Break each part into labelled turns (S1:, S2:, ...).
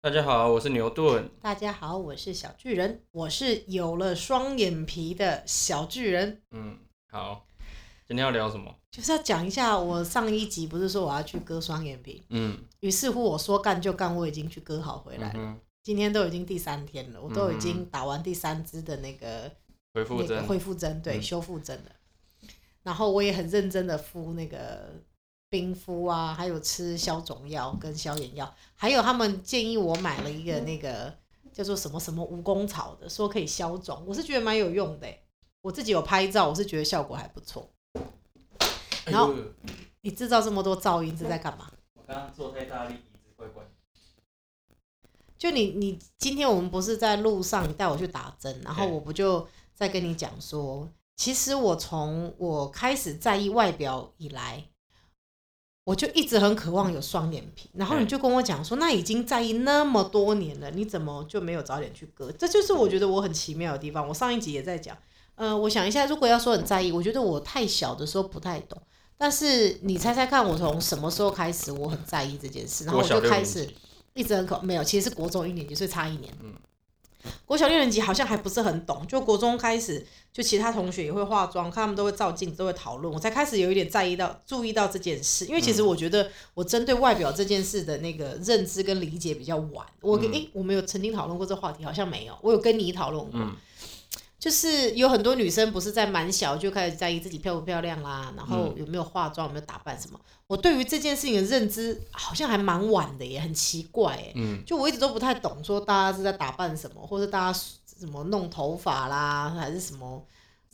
S1: 大家好，我是牛顿。
S2: 大家好，我是小巨人，我是有了双眼皮的小巨人，
S1: 嗯，好，今天要聊什么？
S2: 就是要讲一下我上一集不是说我要去割双眼皮，
S1: 嗯，
S2: 于是乎我说干就干，我已经去割好回来
S1: 嗯
S2: 了，
S1: 哼
S2: 今天都已经第三天了，我都已
S1: 嗯
S2: 经打完第三支的那个
S1: 回复
S2: 那个
S1: 真，
S2: 恢复针，对，
S1: 嗯
S2: 修复针的。然后我也很认真的敷那个冰敷啊，还有吃消肿药跟消炎药，还有他们建议我买了一个那个叫做什么什么蜈蚣草的，说可以消肿，我是觉得蛮有用的欸。我自己有拍照，我是觉得效果还不错。
S1: 哎
S2: 然后
S1: 呦
S2: 你制造这么多噪音是在干嘛？
S1: 我刚刚做太大力，椅子会关。
S2: 就你你今天我们不是在路上，你带我去打针，然后
S1: 对
S2: 我不就在跟你讲说，其实我从我开始在意外表以来，我就一直很渴望有双眼皮，然后
S1: 对
S2: 你就跟我讲说，那已经在意那么多年了，你怎么就没有早点去割？这就是我觉得我很奇妙的地方。我上一集也在讲，呃，我想一下，如果要说很在意，我觉得我太小的时候不太懂。但是你猜猜看，我从什么时候开始我很在意这件事，然后
S1: 国
S2: 我
S1: 小
S2: 就
S1: 六
S2: 开
S1: 年
S2: 始
S1: 级，
S2: 一直很渴没有，其实是国中一年级，所以差一年。
S1: 嗯
S2: 国小六年级好像还不是很懂，就国中开始，就其他同学也会化妆，看他们都会照镜子，都会讨论，我才开始有一点在意到注意到这件事，因为
S1: 嗯
S2: 其实我觉得我针对外表这件事的那个认知跟理解比较晚。我跟
S1: 嗯
S2: 诶、我们有曾经讨论过这话题，好像没有，我有跟你讨论过。
S1: 嗯
S2: 就是有很多女生不是在蛮小就开始在意自己漂不漂亮啦，然后
S1: 嗯
S2: 有没有化妆、有没有打扮什么。我对于这件事情的认知好像还蛮晚的耶，很奇怪哎。
S1: 嗯，
S2: 就我一直都不太懂，说大家是在打扮什么，或者大家怎么弄头发啦，还是什么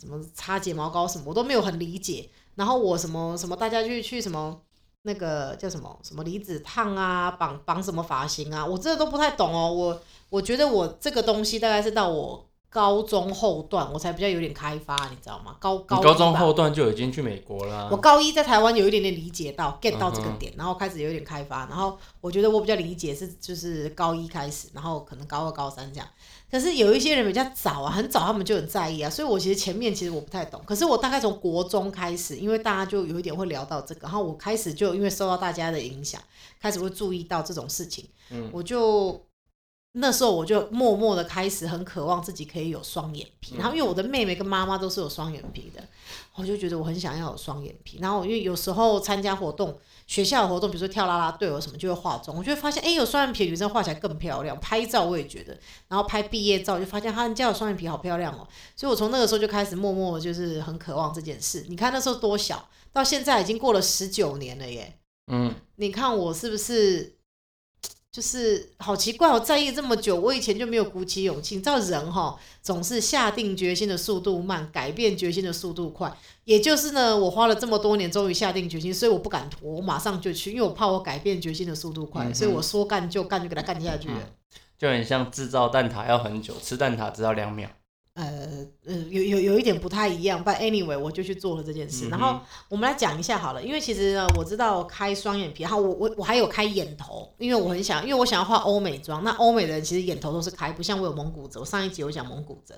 S2: 什么擦睫毛膏什么，我都没有很理解。然后我什么什么，大家去去什么那个叫什么什么离子烫啊，绑绑什么发型啊，我真的都不太懂哦。我我觉得我这个东西大概是到我高中后段，我才比较有点开发，你知道吗？高
S1: 你
S2: 高
S1: 高
S2: 一
S1: 中
S2: 吧
S1: 后段就已经去美国啦
S2: 我。高一在台湾有一点点理解到 get 到这个
S1: 嗯哼
S2: 点，然后开始有一点开发，然后我觉得我比较理解是就是高一开始，然后可能高二、高三这样。可是有一些人比较早啊，很早他们就很在意啊，所以我其实前面其实我不太懂，可是我大概从国中开始，因为大家就有一点会聊到这个，然后我开始就因为受到大家的影响，开始会注意到这种事情，
S1: 嗯
S2: 我就那时候我就默默的开始很渴望自己可以有双眼皮，
S1: 嗯
S2: 然后因为我的妹妹跟妈妈都是有双眼皮的，我就觉得我很想要有双眼皮。然后因为有时候参加活动，学校的活动，比如说跳啦啦队或什么，就会化妆，我就会发现，哎，有双眼皮的女生画起来更漂亮。拍照我也觉得，然后拍毕业照就发现，她人家有双眼皮好漂亮哦。所以我从那个时候就开始默默地就是很渴望这件事。你看那时候多小，到现在已经过了十九年了耶。
S1: 嗯，
S2: 你看我是不是？就是好奇怪，我在意这么久，我以前就没有鼓起勇气。你知道人哈，总是下定决心的速度慢，改变决心的速度快。也就是呢，我花了这么多年，终于下定决心，所以我不敢拖，我马上就去，因为我怕我改变决心的速度快，
S1: 嗯哼
S2: 所以我说干就干，就给它干下去了。
S1: 就很像制造蛋挞要很久，吃蛋挞只要两秒。
S2: 呃，有有有一点不太一样，but anyway，我就去做了这件
S1: 嗯
S2: 事。
S1: 哼
S2: 然后我们来讲一下好了，因为其实呢，我知道开双眼皮，然后我我我还有开眼头，因为我很想，因为我想要画欧美妆。那欧美的人其实眼头都是开，不像我有蒙古褶。我上一集有讲蒙古褶，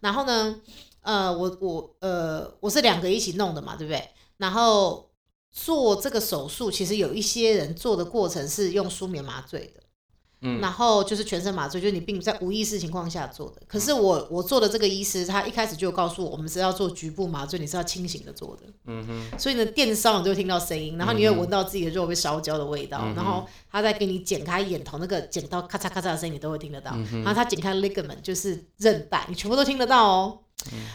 S2: 然后呢，呃，我我呃，我是两个一起弄的嘛，对不对？然后做这个手术，其实有一些人做的过程是用舒眠麻醉的。
S1: 嗯
S2: 然后就是全身麻醉，就是你并不在无意识情况下做的。可
S1: 嗯
S2: 是我我做的这个医师，他一开始就有告诉我，我们是要做局部麻醉，你是要清醒的做的。
S1: 嗯哼，嗯
S2: 所以呢，电烧你就会听到声音，然后你会闻到自己的肉被烧焦的味道，
S1: 嗯哼
S2: 然后他在给你剪开眼头那个剪刀咔嚓咔嚓的声音，你都会听得
S1: 嗯
S2: 到。然后他剪开 ligament 就是韧带，你全部都听得到哦。
S1: 嗯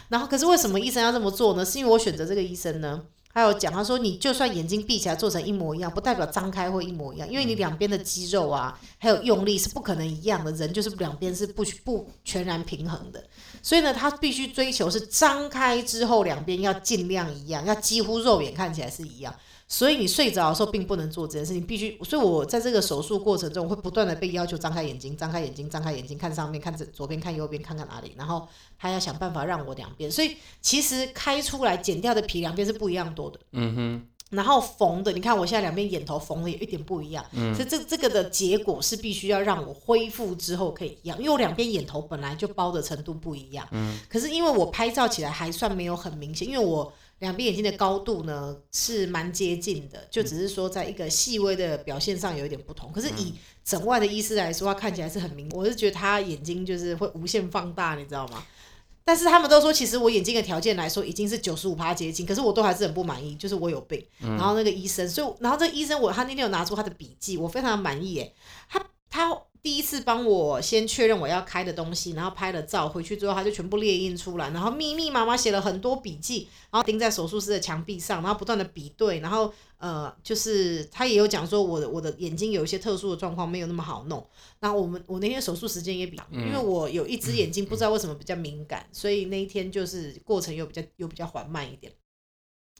S2: 然后可是为什么医生要这么做呢？是因为我选择这个医生呢？还有讲，他说你就算眼睛闭起来做成一模一样，不代表张开会一模一样，因为你两边的肌肉啊，还有用力是不可能一样的。人就是两边是不不全然平衡的，所以呢，他必须追求是张开之后两边要尽量一样，要几乎肉眼看起来是一样。所以你睡着的时候并不能做这件事情，必须。所以我在这个手术过程中，我会不断的被要求张开眼睛，张开眼睛，张开眼睛，看上面，看着左边，看右边，看看哪里，然后他要想办法让我两边。所以其实开出来剪掉的皮两边是不一样多的。
S1: 嗯哼，
S2: 然后缝的，你看我现在两边眼头缝的有一点不一样，
S1: 嗯
S2: 所以这这个的结果是必须要让我恢复之后可以一样，因为我两边眼头
S1: 嗯
S2: 本来就包的程度不一样，可是因为我拍照起来还算没有很明显，因为我两边眼睛的高度呢是蛮接近的，就只是说在一个细微的表现上有一点不同。可
S1: 嗯
S2: 是以整外的医师来说，他看起来是很明，我是觉得他眼睛就是会无限放大，你知道吗？但是他们都说，其实我眼睛的条件来说已经是九十五趴接近，可是我都还是很不满意，就是我有病。然后那个医生，所以然后这个医生我他那天有拿出他的笔记，我非常满意耶。他他第一次帮我先确认我要开的东西，然后拍了照，回去之后他就全部列印出来，然后密密麻麻写了很多笔记，然后钉在手术室的墙壁上，然后不断的比对，然后呃，就是他也有讲说我的我的眼睛有一些特殊的状况，没有那么好弄。那我们我那天手术时间也比较，因为我有一只眼睛不知道为什么比较敏感，所以那一天就是过程又比较又比较缓慢一点，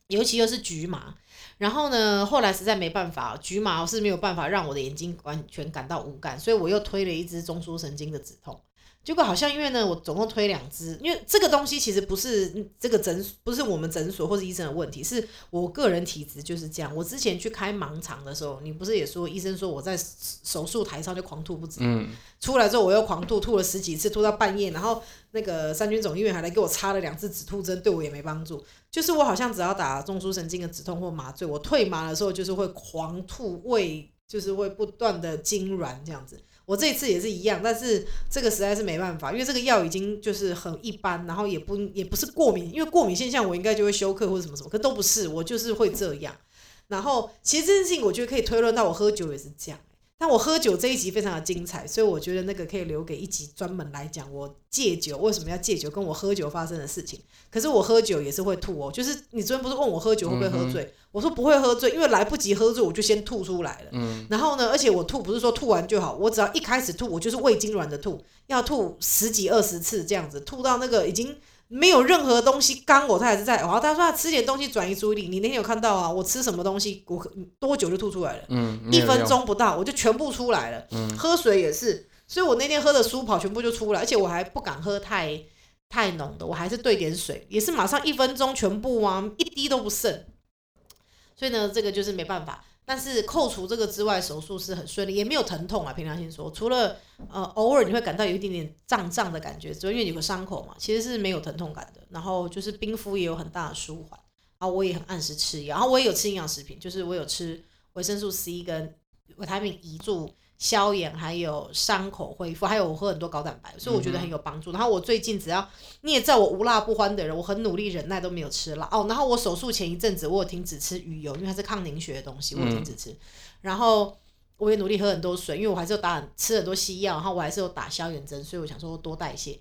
S2: 尤其又是局麻。然后呢，后来实在没办法，局麻是没有办法让我的眼睛完全感到无感，所以我又推了一支中枢神经的止痛。结果好像因为呢，我总共推两支，因为这个东西其实不是嗯这个诊，不是我们诊所或是医生的问题，是我个人体质就是这样。我之前去开盲肠的时候，你不是也说医生说我在手术台上就狂吐不止，
S1: 嗯，
S2: 出来之后我又狂吐，吐了十几次，吐到半夜，然后那个三军总医院还来给我插了两次止吐针，对我也没帮助。就是我好像只要打中枢神经的止痛或麻醉，我退麻的时候就是会狂吐，胃就是会不断的痉挛这样子。我这一次也是一样，但是这个实在是没办法，因为这个药已经就是很一般，然后也不也不是过敏，因为过敏现象我应该就会休克或者什么什么，可都不是，我就是会这样。然后其实这件事情我觉得可以推论到我喝酒也是这样。但我喝酒这一集非常的精彩，所以我觉得那个可以留给一集专门来讲我戒酒为什么要戒酒，跟我喝酒发生的事情。可是我喝酒也是会吐哦，就是你昨天不是问我喝酒会不会喝醉？我说不会喝醉，因为来不及喝醉，我就先吐出来了。
S1: 嗯
S2: 然后呢，而且我吐不是说吐完就好，我只要一开始吐，我就是胃痉挛的吐，要吐十几二十次这样子，吐到那个已经。没有任何东西干我，他还是在。然后他说他吃点东西转移注意力。你那天有看到啊？我吃什么东西，我多久就吐出来了。
S1: 嗯，没
S2: 一
S1: 有
S2: 分
S1: 用，
S2: 钟不到，我就全部出来了。喝水也是，所以我那天喝的舒跑全部就出来，而且我还不敢喝太太浓的，我还是兑点水，也是马上一分钟全部啊，一滴都不剩。所以呢，这个就是没办法。但是扣除这个之外，手术是很顺利，也没有疼痛啊。平常心说，除了呃偶尔你会感到有一点点胀胀的感觉，只因为有个伤口嘛，其实是没有疼痛感的。然后就是冰敷也有很大的舒缓，然后我也很按时吃药，然后我也有吃营养食品，就是我有吃维生素 C 跟维他命 E 助消炎，还有伤口恢复，还有我喝很多高蛋白，所以我觉得很有帮助。然后我最近只要你也知道我无辣不欢的人，我很努力忍耐都没有吃辣哦。然后我手术前一阵子我有停止吃鱼油，因为它是抗凝血的东西，我有停止吃。然后我也努力喝很多水，因为我还是有打很吃很多西药，然后我还是有打消炎针，所以我想说多代谢。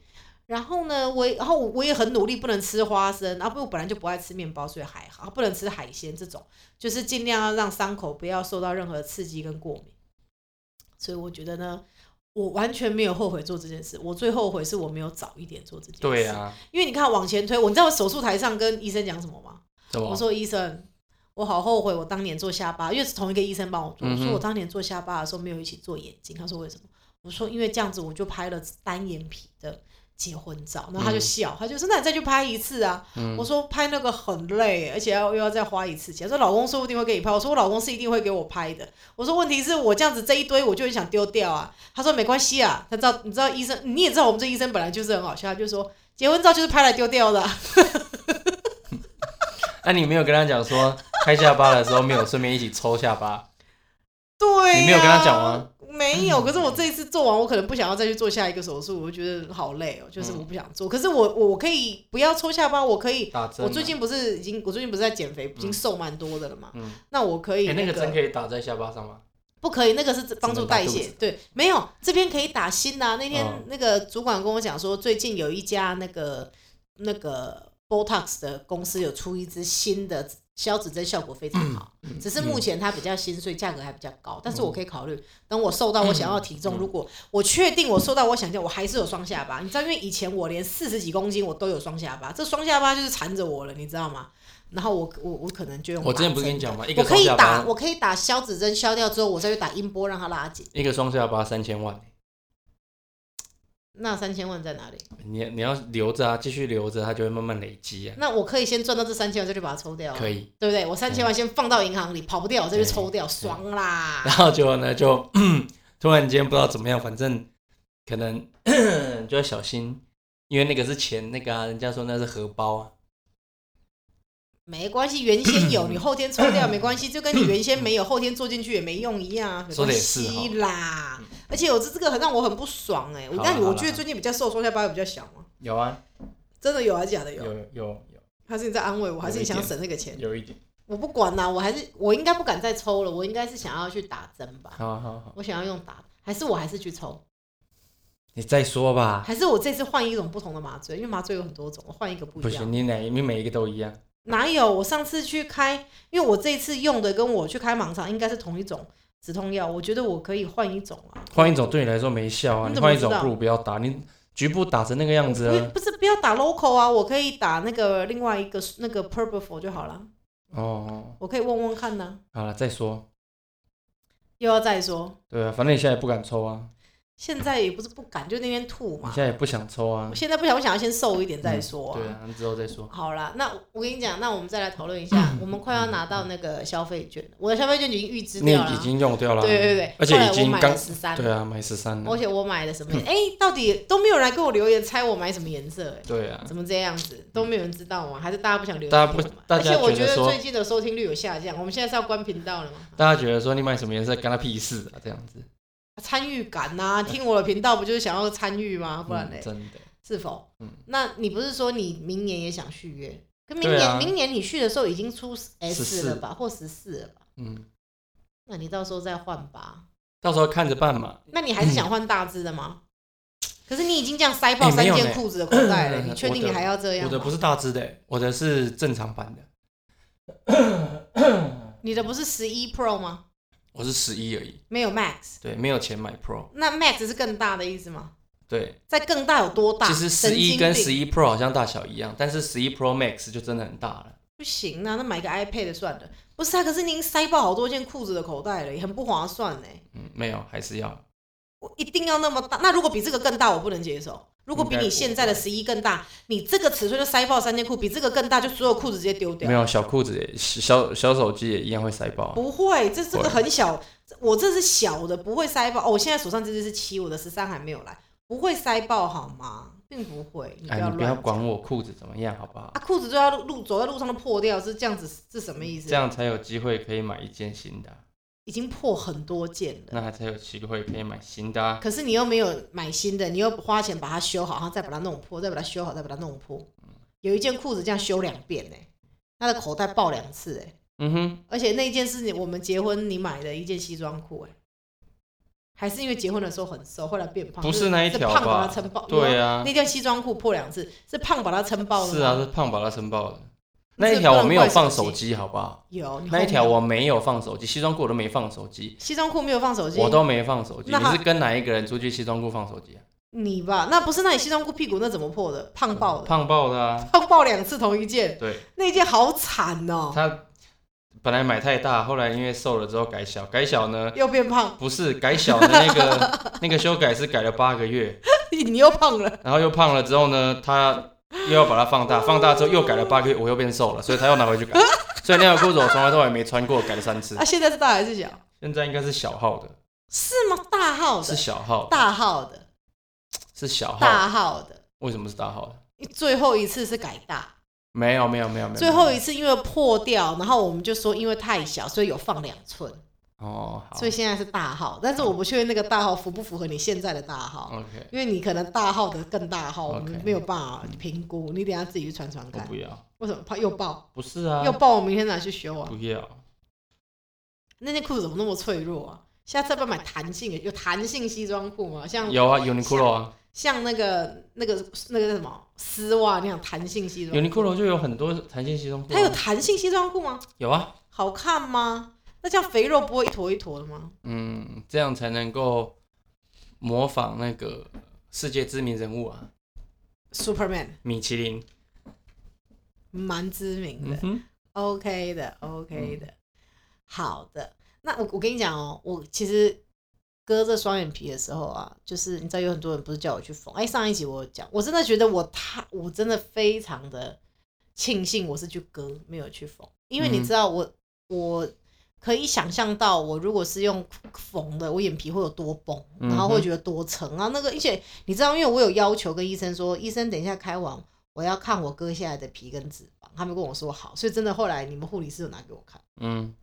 S2: 然后呢，我也然后我我也很努力，不能吃花生，然后我本来就不爱吃面包，所以还好，不能吃海鲜这种，就是尽量要让伤口不要受到任何刺激跟过敏。所以我觉得呢，我完全没有后悔做这件事，我最后悔是我没有早一点做这件事。
S1: 对啊，
S2: 因为你看往前推，我你知道我手术台上跟医生讲什么吗？
S1: 怎
S2: 我
S1: 么？
S2: 说医生，我好后悔我当年做下巴，因为是同一个医生帮我做。我
S1: 嗯
S2: 说
S1: 哼
S2: 我当年做下巴的时候没有一起做眼睛，他说为什么？我说因为这样子我就拍了单眼皮的结婚照，然后他
S1: 嗯
S2: 就笑，他就说那你再去拍一次啊。我说拍那个很累，而且要又要再花一次钱。他说老公说不定会给你拍，我说我老公是一定会给我拍的。我说问题是我这样子这一堆我就很想丢掉啊。他说没关系啊，他知道你知道医生你也知道我们这医生本来就是很好笑，他就说结婚照就是拍来丢掉的啊、
S1: 那你没有跟他讲说开下巴的时候没有顺便一起抽下巴？
S2: 对、呀
S1: 你没有跟他讲吗？
S2: 没
S1: 嗯
S2: 有，可是我这一次做完，我可能不想要再去做下一个手术，我觉得好累哦，
S1: 嗯
S2: 就是我不想做。可是我我我可以不要抽下巴，我可以。
S1: 打针啊？
S2: 我最近不是已经，我最近不是在减肥，已经瘦蛮多的了嘛。
S1: 嗯
S2: 那我可以、
S1: 哎，那个针
S2: 个
S1: 可以打在下巴上吗？
S2: 不可以，那个是帮助代
S1: 只能打
S2: 谢
S1: 肚。
S2: 对，没有这边可以打新的、啊。那天
S1: 嗯
S2: 那个主管跟我讲说，最近有一家那个那个 Botox 的公司有出一支新的消脂针，效果非常好。
S1: 嗯
S2: 只是目前它比较新，所以价格还比较高。但是我可以考虑，等我瘦到我想要的体
S1: 嗯
S2: 重，如果我确定我瘦到我想要，我还是有双下巴。你知道，因为以前我连四十几公斤我都有双下巴，这双下巴就是缠着我了，你知道吗？然后我我我可能就用
S1: 我之前
S2: 麻
S1: 不是
S2: 针
S1: 跟你讲吗？一
S2: 我
S1: 个
S2: 可
S1: 双
S2: 以
S1: 下
S2: 打，
S1: 巴，
S2: 我可以打消脂针消掉之后，我再去打音波让它拉紧。
S1: 一个双下巴三千万，
S2: 那三千万在哪里？
S1: 你你要留着啊，继续留着，它就会慢慢累积啊。
S2: 那我可以先赚到这三千万，再去把它抽掉、啊，
S1: 可以，
S2: 对不对？我三千万先放到银行里，跑不掉，我再去抽掉，爽啦！
S1: 然后结果呢，就 突然间不知道怎么样，反正可能 就要小心，因为那个是钱，那个啊，人家说那是荷包啊，
S2: 没关系，原先有你后天抽掉没关系，就跟你原先没有后天做进去也没用一样啊，没
S1: 说
S2: 关
S1: 得也是
S2: 系啦。而且有这这个很让我很不爽哎、我
S1: 好啦
S2: 但
S1: 好
S2: 我
S1: 啦
S2: 觉得最近比较瘦，双下巴有比较小嘛，
S1: 有啊，
S2: 真的有还是啊假的
S1: 有
S2: 有？
S1: 有有
S2: 还是你在安慰我，还是你想
S1: 有一点
S2: 省那个钱？
S1: 有一点，
S2: 我不管啦、我还是我应该不敢再抽了，我应该是想要去打针吧，
S1: 好好好，
S2: 我想要用打，还是我还是去抽，
S1: 你再说吧，
S2: 还是我这次换一种不同的麻醉，因为麻醉有很多种，我换一个不
S1: 不
S2: 一样
S1: 行，。你哪你每一个都一样，
S2: 哪有？我上次去开，因为我这一次用的跟我去开盲肠应该是同一种止痛药，我觉得我可以换一种啊。
S1: 换一种对你来说没效啊，你
S2: 你怎么
S1: 换一种
S2: 知道
S1: 不如不要打，你局部打成那个样子啊，
S2: 不不是不要打 local 啊，我可以打那个另外一个那个 purple 就好了。
S1: 哦哦，
S2: 我可以问问看呢、
S1: 好了，再说，
S2: 又要再说，
S1: 对啊，反正你现在也不敢抽啊，
S2: 现在也不是不敢，就那边吐
S1: 你
S2: 嘛
S1: 现。在也不想抽啊
S2: 我，现在不想，我想要先瘦一点再说、
S1: 对啊，之后再说，
S2: 好啦，那我跟你讲，那我们再来讨论一
S1: 嗯
S2: 下，我们快要拿到那个消费券了，我的消费券已经预支
S1: 你
S2: 掉了
S1: 已
S2: 啊。
S1: 经用掉了啊，
S2: 对对对，
S1: 而且
S2: 后来
S1: 已经
S2: 我买
S1: 刚
S2: 了十三，
S1: 对啊，买嗯十三
S2: 而
S1: 了，
S2: 且我买了什么？哎、到底都没有人来跟我留言猜我买什么颜色、哎，
S1: 对啊，
S2: 怎么这样子都没有人知道吗？还是大家不想留言
S1: 大家不
S2: 给我们
S1: 大家
S2: 而且我
S1: 觉
S2: 觉
S1: 得
S2: 得
S1: 说
S2: 最近的收听率有下降，我们现在是要关频道了吗？
S1: 大家觉得说你买什么颜色干他屁事啊，这样子，
S2: 参与感呐、听我的频道不就是想要参与吗？啊不然嘞、
S1: 嗯真的。
S2: 是否？
S1: 嗯
S2: 那你不是说你明年也想续约？跟明
S1: 对
S2: 年、
S1: 啊
S2: 明年你续的时候已经出 S
S1: 14
S2: 了吧，或十四了吧？
S1: 嗯，
S2: 那你到时候再换吧。
S1: 到时候看着办嘛。
S2: 那你还是想换大只的 吗？可是你已经这样塞爆
S1: 哎
S2: 三
S1: 没有
S2: 件
S1: 呢
S2: 裤子的口袋 了，
S1: 嗯
S2: 你确定
S1: 我的
S2: 你还要这样
S1: 我
S2: 吗？
S1: 的不是大只的、我的是正常版的，
S2: 你的不是十一 Pro 吗？
S1: 我是十一而已。
S2: 没有 Max，
S1: 对，没有钱买 Pro。
S2: 那 Max 是更大的意思吗？
S1: 对，
S2: 在更大有多大？
S1: 其实十一
S2: 神经病
S1: 跟十一 Pro 好像大小一样，但是十一 Pro Max 就真的很大了。
S2: 不行啊，那买个 iPad 算了。不是啊，可是您塞爆好多件裤子的口袋了，也很不划算呢。
S1: 嗯，没有，还是要。
S2: 我一定要那么大？那如果比这个更大，我不能接受。如果比你现在的十一更大，你这个尺寸就塞爆三件裤，比这个更大就所有裤子直接丢掉
S1: 没。有小裤子也小小手机也一样会塞爆啊。
S2: 啊不会，这这个很小，我这是小的，不会塞爆。哦，我现在手上这只是七，我的十三还没有来，不会塞爆好吗？并不会，你不
S1: 哎，
S2: 要
S1: 你不
S2: 乱
S1: 要
S2: 讲
S1: 管我裤子怎么样，好不好？
S2: 啊！裤子就要路走在路上都破掉，是这样子，是什么意思？
S1: 这样才有机会可以买一件新的啊、
S2: 已经破很多件了，
S1: 那还才有机会可以买新的、啊。
S2: 可是你又没有买新的，你又花钱把它修好，然后再把它弄破，再把它修好，再把它弄破。有一件裤子这样修两遍呢、它的口袋爆两次哎、
S1: 嗯哼，
S2: 而且那一件是你我们结婚你买的一件西装裤哎、还是因为结婚的时候很瘦，后来变胖，
S1: 不是那一条
S2: 胖把它
S1: 吧
S2: 撑爆，？
S1: 对啊，
S2: 那件西装裤破两次，是胖把它撑哦爆的吗
S1: 是啊，是胖把它撑爆的。
S2: 那
S1: 那一
S2: 是
S1: 条我没有放
S2: 不能
S1: 手
S2: 怪手
S1: 机，好不好？
S2: 有你后
S1: 那一条
S2: 面
S1: 我没有放手机，西装裤我都没放手机，
S2: 西装裤没有放手机，
S1: 我都没放手机。
S2: 那
S1: 你
S2: 他
S1: 是跟哪一个人出去西装裤放手机啊？
S2: 你吧，那不是那你西装裤屁股那怎么破的？胖爆的，
S1: 胖爆的啊！
S2: 胖爆两次同一件，
S1: 对
S2: 那一件好 惨哦、
S1: 他本来买太大，后来因为瘦了之后改小，改小呢
S2: 又变胖，
S1: 不是改小的那个 那个修改是改了八个月，
S2: 你又胖了。
S1: 然后又胖了之后呢，他又要把它放大，放大之后又改了八个月，我又变瘦了，所以他又拿回去改。 所以那条裤子我从来到尾没穿过，改了三次
S2: 啊，。现在是大还是小？
S1: 现在应该是小号的，
S2: 是吗？大号
S1: 是
S2: 的，
S1: 小号，
S2: 大号的，
S1: 是小号。
S2: 大号的。
S1: 为什么是大号的？
S2: 最后一次是改大，
S1: 没有没有没有没有。
S2: 最后一次因为破掉，然后我们就说因为太小，所以有放两寸，
S1: 哦，好
S2: 所以现在是大号。但是我不确定那个大号符不符合你现在的大号。
S1: OK，
S2: 因为你可能大号的更大号，我
S1: OK
S2: 们没有办法评估，你等一下自己去传传
S1: 我
S2: 看
S1: 不。要，
S2: 为什么怕又爆？
S1: 不是啊
S2: 又，爆，我明天拿去修啊。
S1: 不要，
S2: 那件裤子怎么那么脆弱啊？下次要不要买弹性的？有弹性西装裤吗？像
S1: 有啊，Uniqlo 啊
S2: 像那个那个那个叫什么丝袜那样弹性西装裤？
S1: ，Uniqlo 就有很多弹性西装裤啊，
S2: 它有弹性西装裤吗？
S1: 有啊，
S2: 好看吗？那这样肥肉不会一坨一坨的吗？
S1: 嗯，这样才能够模仿那个世界知名人物啊，
S2: Superman
S1: 米其林，
S2: 蛮知名的
S1: 嗯、哼，嗯
S2: o k 的，OK 的，好的。那我我跟你讲哦，我其实割这双眼皮的时候啊，就是你知道有很多人不是叫我去缝，哎、上一集我有讲，我真的觉得我太，我真的非常的庆幸我是去割，没有去缝，因为你
S1: 嗯
S2: 知道我、我可以想象到，我如果是用缝的，我眼皮会有多崩，
S1: 嗯哼
S2: 然后会觉得多沉啊，然后那个，而且你知道，因为我有要求跟医生说，医生等一下开完，我要看我割下来的皮跟脂肪。他们跟我说好，所以真的后来你们护理师有拿给我看，
S1: 嗯，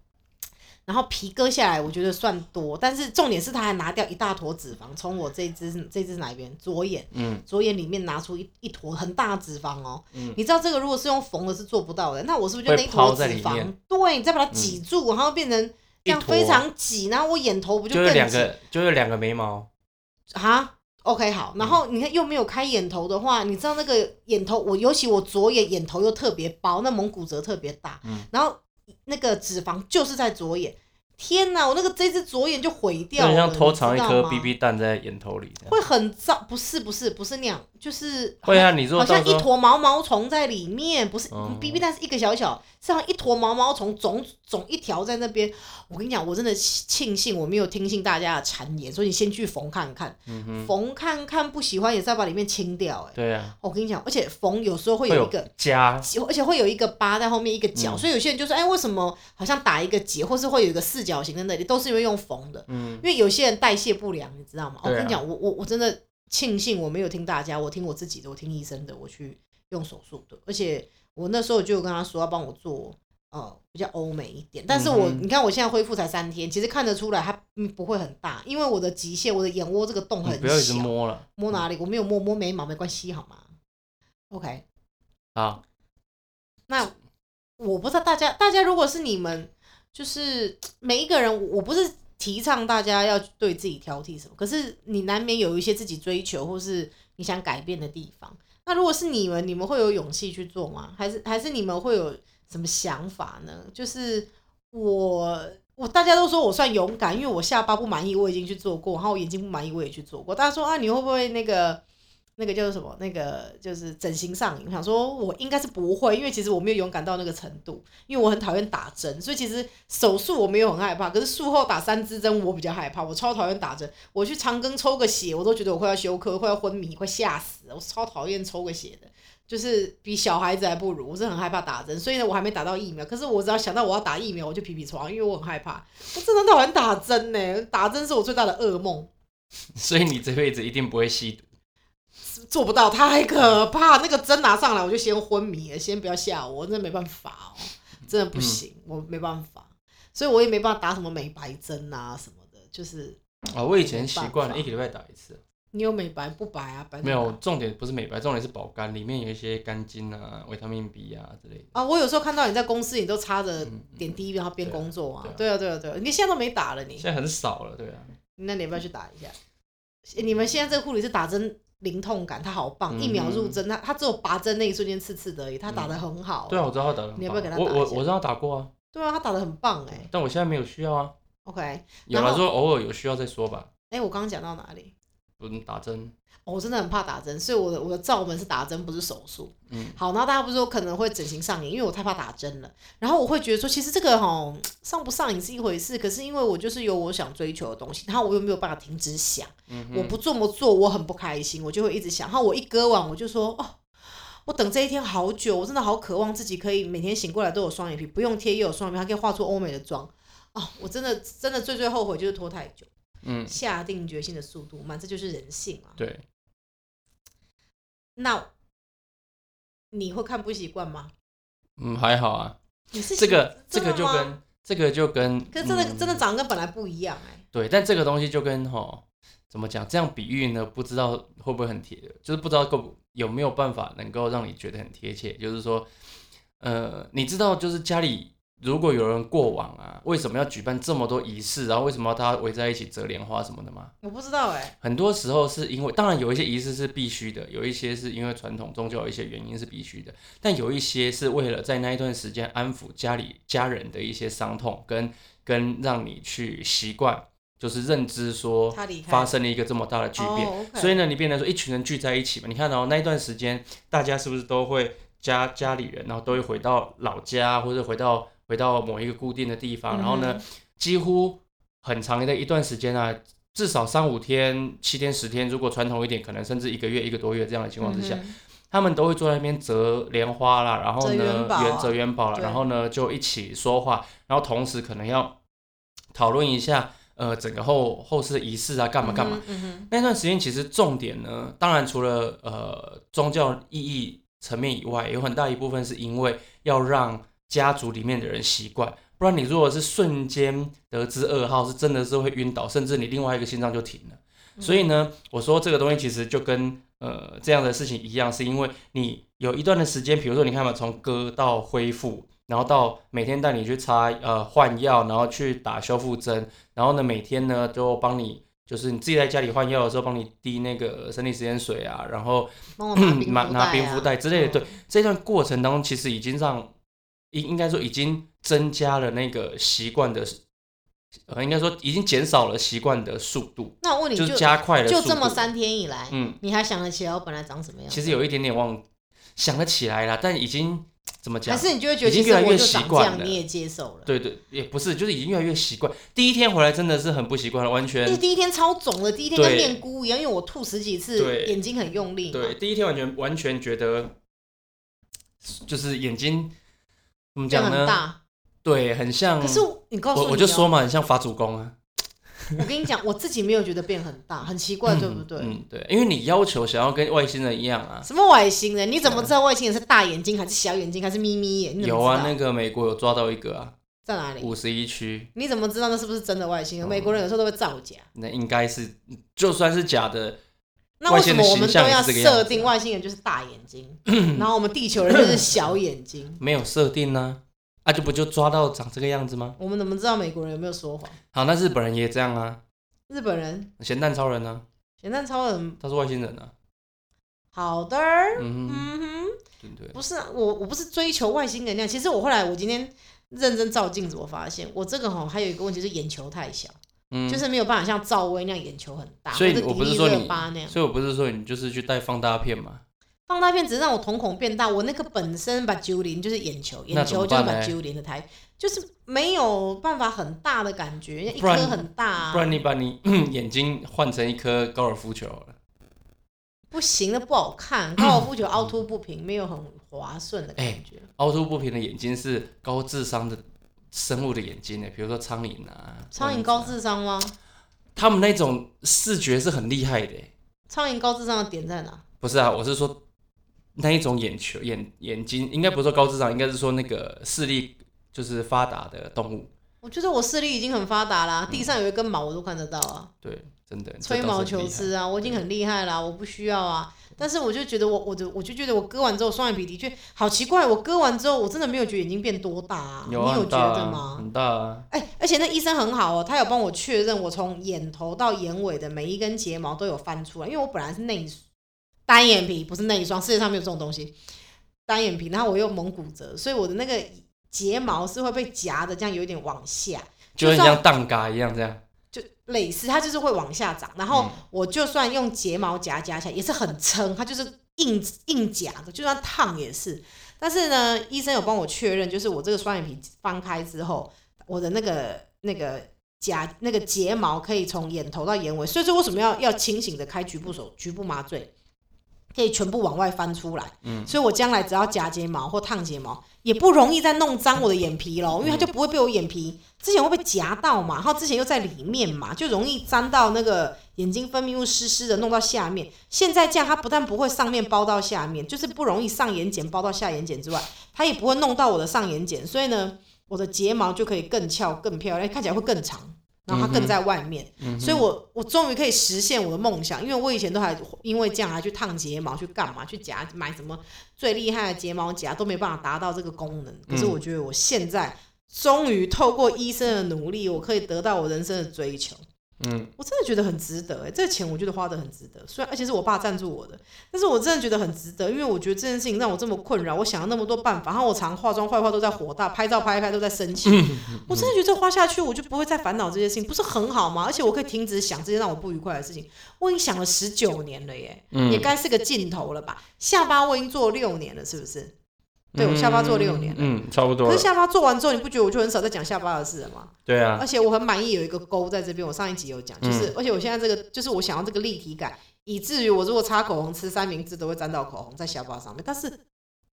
S2: 然后皮割下来，我觉得算多，但是重点是他还拿掉一大坨脂肪，从我这一只这只是哪一边左眼，
S1: 嗯，
S2: 左眼里面拿出一一坨很大的脂肪哦，
S1: 嗯
S2: 你知道这个如果是用缝的是做不到的，那我是不是就那一
S1: 会
S2: 坨
S1: 抛
S2: 脂
S1: 在里
S2: 肪
S1: 面，嗯
S2: 对，你再把它挤住，然后变成这样
S1: 一坨
S2: 非常挤，然后我眼头不
S1: 就
S2: 更
S1: 是
S2: 挤
S1: 两个，就是两个眉毛，
S2: 啊？OK，好，然
S1: 嗯
S2: 后你看又没有开眼头的话，你知道那个眼头，我尤其我左眼眼头又特别薄，那蒙古折特别大，
S1: 嗯
S2: 然后那个脂肪就是在左眼，天哪，我那个这只左眼就毁
S1: 有
S2: 掉了，
S1: 点像偷
S2: 你知
S1: 藏一
S2: 道
S1: 颗
S2: 吗
S1: BB 蛋在眼头里这样。
S2: 会很糟，不是不是不是那样，就是
S1: 会啊，你如果
S2: 好
S1: 到
S2: 像
S1: 时
S2: 一
S1: 候
S2: 坨毛毛虫在里面，不是
S1: 哦
S2: B B 蛋是一个小小，是好像一坨毛毛虫总总一条在那边。我跟你讲，我真的庆幸我没有听信大家的谗言，所以你先去缝看看，
S1: 嗯哼，
S2: 缝看看不喜欢也是要把里面清掉、哎，
S1: 对啊，
S2: 我跟你讲，而且缝有时候会
S1: 会
S2: 有一
S1: 有
S2: 个。
S1: 痂，
S2: 而且会有一个疤在后面一个角，
S1: 嗯
S2: 所以有些人就说：“哎，为什么好像打一个结，或是会有一个四角形在那里？都是因为用缝的。”
S1: 嗯
S2: 因为有些人代谢不良，你知道吗？我、哦
S1: 对啊
S2: 跟你讲，我我我真的庆幸我没有听大家，我听我自己的，我听医生的，我去用手术的。而且我那时候就有跟他说要帮我做呃比较欧美一点，但是我、
S1: 嗯哼
S2: 你看我现在恢复才三天，其实看得出来它嗯不会很大，因为我的极限，我的眼窝这个洞
S1: 你
S2: 很
S1: 不要一直
S2: 小，
S1: 摸了
S2: 摸哪里？我没有摸摸眉毛，没关系好吗？OK，
S1: 啊，
S2: 那我不知道大家，大家如果是你们，就是每一个人，我我不是提倡大家要对自己挑剔什么，可是你难免有一些自己追求或是你想改变的地方。那如果是你们，你们会有勇气去做吗？还是还是你们会有什么想法呢？就是我。我大家都说我算勇敢，因为我下巴不满意，我已经去做过，然后我眼睛不满意，我也去做过。大家说啊，你会不会那个那个叫做什么？那个就是整形上瘾。我想说，我应该是不会，因为其实我没有勇敢到那个程度，因为我很讨厌打针，所以其实手术我没有很害怕，可是术后打三支针我比较害怕，我超讨厌打针。我去长庚抽个血，我都觉得我快要休克，快要昏迷，快吓死了，我超讨厌抽个血的。就是比小孩子还不如，我是很害怕打针，所以呢，我还没打到疫苗。可是我只要想到我要打疫苗，我就皮皮床，因为我很害怕。我真的很讨厌打针呢、打针是我最大的噩梦。
S1: 所以你这辈子一定不会吸毒。
S2: 做不到，太可怕。那个针拿上来，我就先昏迷了，先不要吓我，我真的没办法哦，真的不行，我没办法，所以我也没办法打什么美白针啊什么的。就是
S1: 啊，我以前习惯了
S2: 没办法
S1: 一个礼拜打一次，
S2: 你有美白不白啊？白
S1: 没
S2: 怎么
S1: 有
S2: 办
S1: 重点不是美白，重点是保肝，里面有一些肝精啊、维他命 B 啊之类的。
S2: 啊？我有时候看到你在公司，你都插着
S1: 嗯嗯
S2: 点滴，然后边工作啊。对
S1: 对
S2: 啊，对啊，对啊，你现在都没打了你，
S1: 现在很少了，对啊，
S2: 那你要不要去打一下？你们现在这个护理是打针零痛感，它好棒，
S1: 嗯
S2: 一秒入针，它它只有拔针那一瞬间刺刺的而已，它打的很好。
S1: 对啊，我知道他打的，
S2: 哦你要不要给他打
S1: 我
S2: 一
S1: 我
S2: 下
S1: 我知道打过啊，
S2: 对啊，它打的很棒哎。
S1: 但我现在没有需要啊，
S2: OK，
S1: 有
S2: 然
S1: 了
S2: 后
S1: 之后偶尔有需要再说吧，
S2: 哎、我刚刚讲到哪里？
S1: 不能打针。
S2: 哦我真的很怕打针，所以我的我的罩门是打针，不是手术。
S1: 嗯，
S2: 好，然后大家不是说可能会整形上瘾，因为我太怕打针了。然后我会觉得说，其实这个哈上不上瘾是一回事，可是因为我就是有我想追求的东西，然后我又没有办法停止想，
S1: 嗯哼
S2: 我不这么做我很不开心，我就会一直想。然后我一割完我就说哦。我等这一天好久，我真的好渴望自己可以每天醒过来都有双眼皮，不用贴也有双眼皮，还可以画出欧美的妆。哦，我真的真的最最后悔就是拖太久，
S1: 嗯，
S2: 下定决心的速度慢，这就是人性嘛。
S1: 对，
S2: 那你会看不习惯吗？
S1: 嗯，还好啊，
S2: 你是
S1: 这个这
S2: 真的
S1: 个就
S2: 吗
S1: 跟这个就跟，
S2: 可是真的、
S1: 嗯
S2: 真的长得跟本来不一样哎、
S1: 对，但这个东西就跟吼怎么讲，这样比喻呢，不知道会不会很贴，就是不知道够不有没有办法能够让你觉得很贴切。就是说，呃，你知道，就是家里如果有人过往啊，为什么要举办这么多仪式，然后为什么要大家围在一起折莲花什么的吗？
S2: 我不知道哎、
S1: 很多时候是因为，当然有一些仪式是必须的，有一些是因为传统宗教有一些原因是必须的，但有一些是为了在那一段时间安抚家里家人的一些伤痛，跟跟让你去习惯，就是认知说
S2: 他离开
S1: 发生了一个这么大的巨变，
S2: 哦 o k
S1: 所以呢，你变成说一群人聚在一起嘛，你看哦、那一段时间大家是不是都会家家里人，然后都会回到老家或者回到回到某一个固定的地
S2: 嗯
S1: 方，然后呢，几乎很长的一段时间啊，至少三五天、七天、十天，如果传统一点，可能甚至一个月、一个多月这样的情况之下，
S2: 嗯哼
S1: 他们都会坐在那边折莲花啦，然后
S2: 折元
S1: 呢
S2: 宝啊
S1: 圆折元宝啦，
S2: 对
S1: 然后呢就一起说话，然后同时可能要讨论一下呃整个后后世的仪式啊，干嘛干嘛。？
S2: 嗯哼
S1: 那段时间其实重点呢，当然除了呃宗教意义层面以外，有很大一部分是因为要让家族里面的人习惯，不然你如果是瞬间得知噩耗，是真的是会晕倒，甚至你另外一个心脏就停了。所以呢，我说这个东西其实就跟呃这样的事情一样，是因为你有一段的时间，比如说你看嘛，从割到恢复，然后到每天带你去擦呃换药，然后去打修复针，然后呢每天呢就帮你。就是你自己在家里换药的时候，帮你滴那个生理实验水啊，然后
S2: 帮我拿冰啊
S1: 拿拿
S2: 冰
S1: 冰敷袋之类的。
S2: 嗯
S1: 对，这段过程当中，其实已经让应应该说已经增加了那个习惯的，呃，应该说已经减少了习惯的速度，
S2: 那我问你
S1: 就
S2: 就是
S1: 加快了速
S2: 就
S1: 度。
S2: 这么三天以来，
S1: 嗯，
S2: 你还想得起来我本来长什么样？
S1: 其实有一点点忘，想得起来啦，但已经怎么讲
S2: 还？是你就会觉得
S1: 已经
S2: 其实
S1: 越来越
S2: 我就长
S1: 习
S2: 这
S1: 惯
S2: 样，
S1: 了
S2: 你也接受了。
S1: 对对，也不是，就是已经越来越习惯。第一天回来真的是很不习惯了，完全
S2: 而且第一天超肿的，第一天跟
S1: 对
S2: 面菇一样，因为我吐十几次
S1: 对，
S2: 眼睛很用力嘛。
S1: 对，第一天完全完全觉得就是眼睛怎么
S2: 量
S1: 讲
S2: 很
S1: 呢？
S2: 大。
S1: 对，很像。
S2: 可是你告诉
S1: 我
S2: 你
S1: 我就
S2: 哦
S1: 说嘛，很像法主公啊，
S2: 我跟你讲，我自己没有觉得变很大，很奇怪，对不对？
S1: 嗯，对，因为你要求想要跟外星人一样啊。
S2: 什么外星人？你怎么知道外星人是大眼睛还是小眼睛还是眯眯眼？你怎么
S1: 有
S2: 知道
S1: 啊，那个美国有抓到一个啊，
S2: 在哪里？
S1: 五十一区，
S2: 你怎么知道那是不是真的外星人？
S1: 嗯
S2: 美国人有时候都会造假。
S1: 那应该是就算是假的，
S2: 那为什么我
S1: 外
S2: 们
S1: 星人的形象
S2: 都要
S1: 也是这个样子啊
S2: 设定外星人就是大眼 睛，然后我们地球人就是小眼睛？
S1: 没有设定呢、啊，啊就不就抓到长这个样子吗？
S2: 我们怎么知道美国人有没有说谎？
S1: 好，那日本人也这样啊，
S2: 日本人
S1: 咸蛋超人呢、
S2: 咸蛋超人
S1: 啊，他是外星人啊，
S2: 好的，
S1: 嗯
S2: 嗯哼。
S1: 哼，对不对？
S2: 不是啊我，我不是追求外星能量。其实我后来，我今天认真照镜子，我发现我这个哈还有一个问题是眼球太小，
S1: 嗯，
S2: 就是没有办法像赵薇那样眼球很大，
S1: 所以
S2: 或者
S1: 我不是
S2: 迪丽
S1: 说
S2: 热
S1: 你
S2: 巴那样。
S1: 所以我不是说你就是去带放大片嘛，
S2: 放大片只是让我瞳孔变大，我那个本身把九零就是眼球，
S1: 那
S2: 眼
S1: 怎
S2: 球
S1: 么
S2: 就是
S1: 办
S2: 把
S1: 呢
S2: 九零的台，就是没有办法很大的感觉，因为一
S1: 不然
S2: 颗很大、啊，
S1: 不然你把你 眼睛换成一颗高尔夫球好了。
S2: 不行，那不好看。高尔夫球凹凸不平，没有很滑顺的
S1: 哎
S2: 感觉。
S1: 凹凸不平的眼睛是高智商的生物的眼睛呢，欸比如说苍蝇啊，
S2: 苍蝇
S1: 蚊子啊
S2: 高智商吗？
S1: 他们那种视觉是很厉害的欸，
S2: 苍蝇高智商的点在哪？
S1: 不是啊？我是说那一种眼球眼眼睛，应该不是说高智商，应该是说那个视力就是发达的动物。
S2: 我觉得我视力已经很发达啦，地上有一根毛我都看得到啊，
S1: 对，真的，
S2: 吹
S1: 嗯这
S2: 毛
S1: 倒是很
S2: 求
S1: 厉害。
S2: 疵啊，我已经很厉害啦，我不需要啊。但是我就觉得我我的我就觉得我割完之后双眼皮的确好奇怪，我割完之后我真的没有觉得眼睛变多大啊，
S1: 有
S2: 你
S1: 啊，
S2: 有
S1: 很
S2: 觉
S1: 大
S2: 得
S1: 啊，
S2: 吗？
S1: 很大啊。
S2: 哎、而且那医生很好哦，他有帮我确认我从眼头到眼尾的每一根睫毛都有翻出来，因为我本来是内单眼皮，不是内双，世界上没有这种东西，单眼皮，然后我又蒙骨折，所以我的那个睫毛是会被夹的，这样有点往下。
S1: 就很
S2: 就算
S1: 像蛋嘎一样这样，
S2: 就类似，它就是会往下长。然后我就算用睫毛夹夹起来，也是很撑，它就是硬硬夹的，就算烫也是。但是呢，医生有帮我确认，就是我这个双眼皮翻开之后，我的那个那个夹那个睫毛可以从眼头到眼尾，所以说为什么要要清醒的开局部手局部麻醉，可以全部往外翻出来。
S1: 嗯
S2: 所以我将来只要夹睫毛或烫睫毛，也不容易再弄脏我的眼皮喽，
S1: 嗯
S2: 因为它就不会被我眼皮之前会被夹到嘛，然后之前又在里面嘛，就容易沾到那个眼睛分泌物湿湿的弄到下面。现在这样，它不但不会上面包到下面，就是不容易上眼睑包到下眼睑之外，它也不会弄到我的上眼睑，所以呢，我的睫毛就可以更翘、更漂亮，看起来会更长。然后它更在外面，
S1: 嗯哼
S2: 所以我我终于可以实现我的梦想，因为我以前都还因为这样还去烫睫毛，去干嘛，去夹买什么最厉害的睫毛夹都没办法达到这个功能。可是我觉得我现在终于透过医生的努力，我可以得到我人生的追求。
S1: 嗯，
S2: 我真的觉得很值得哎、这个钱我觉得花的很值得，虽然而且是我爸赞助我的，但是我真的觉得很值得，因为我觉得这件事情让我这么困扰，我想了那么多办法，然后我常化妆坏话都在火大，拍照拍一拍都在生气，我真的觉得这花下去我就不会再烦恼这些事情，不是很好吗？而且我可以停止想这些让我不愉快的事情，我已经想了十九年了耶，
S1: 嗯
S2: 也该是个尽头了吧？下巴我已经做了六年了，是不是？对我下巴做六年了。
S1: 嗯，差不多
S2: 可
S1: 了
S2: 是。下巴做完之后，你不觉得我就很少在讲下巴的事了吗？
S1: 对啊，嗯
S2: 而且我很满意有一个勾在这边，我上一集有讲，就是、而且我现在这个就是我想要这个立体感，以至于我如果擦口红吃三明治都会沾到口红在下巴上面，但是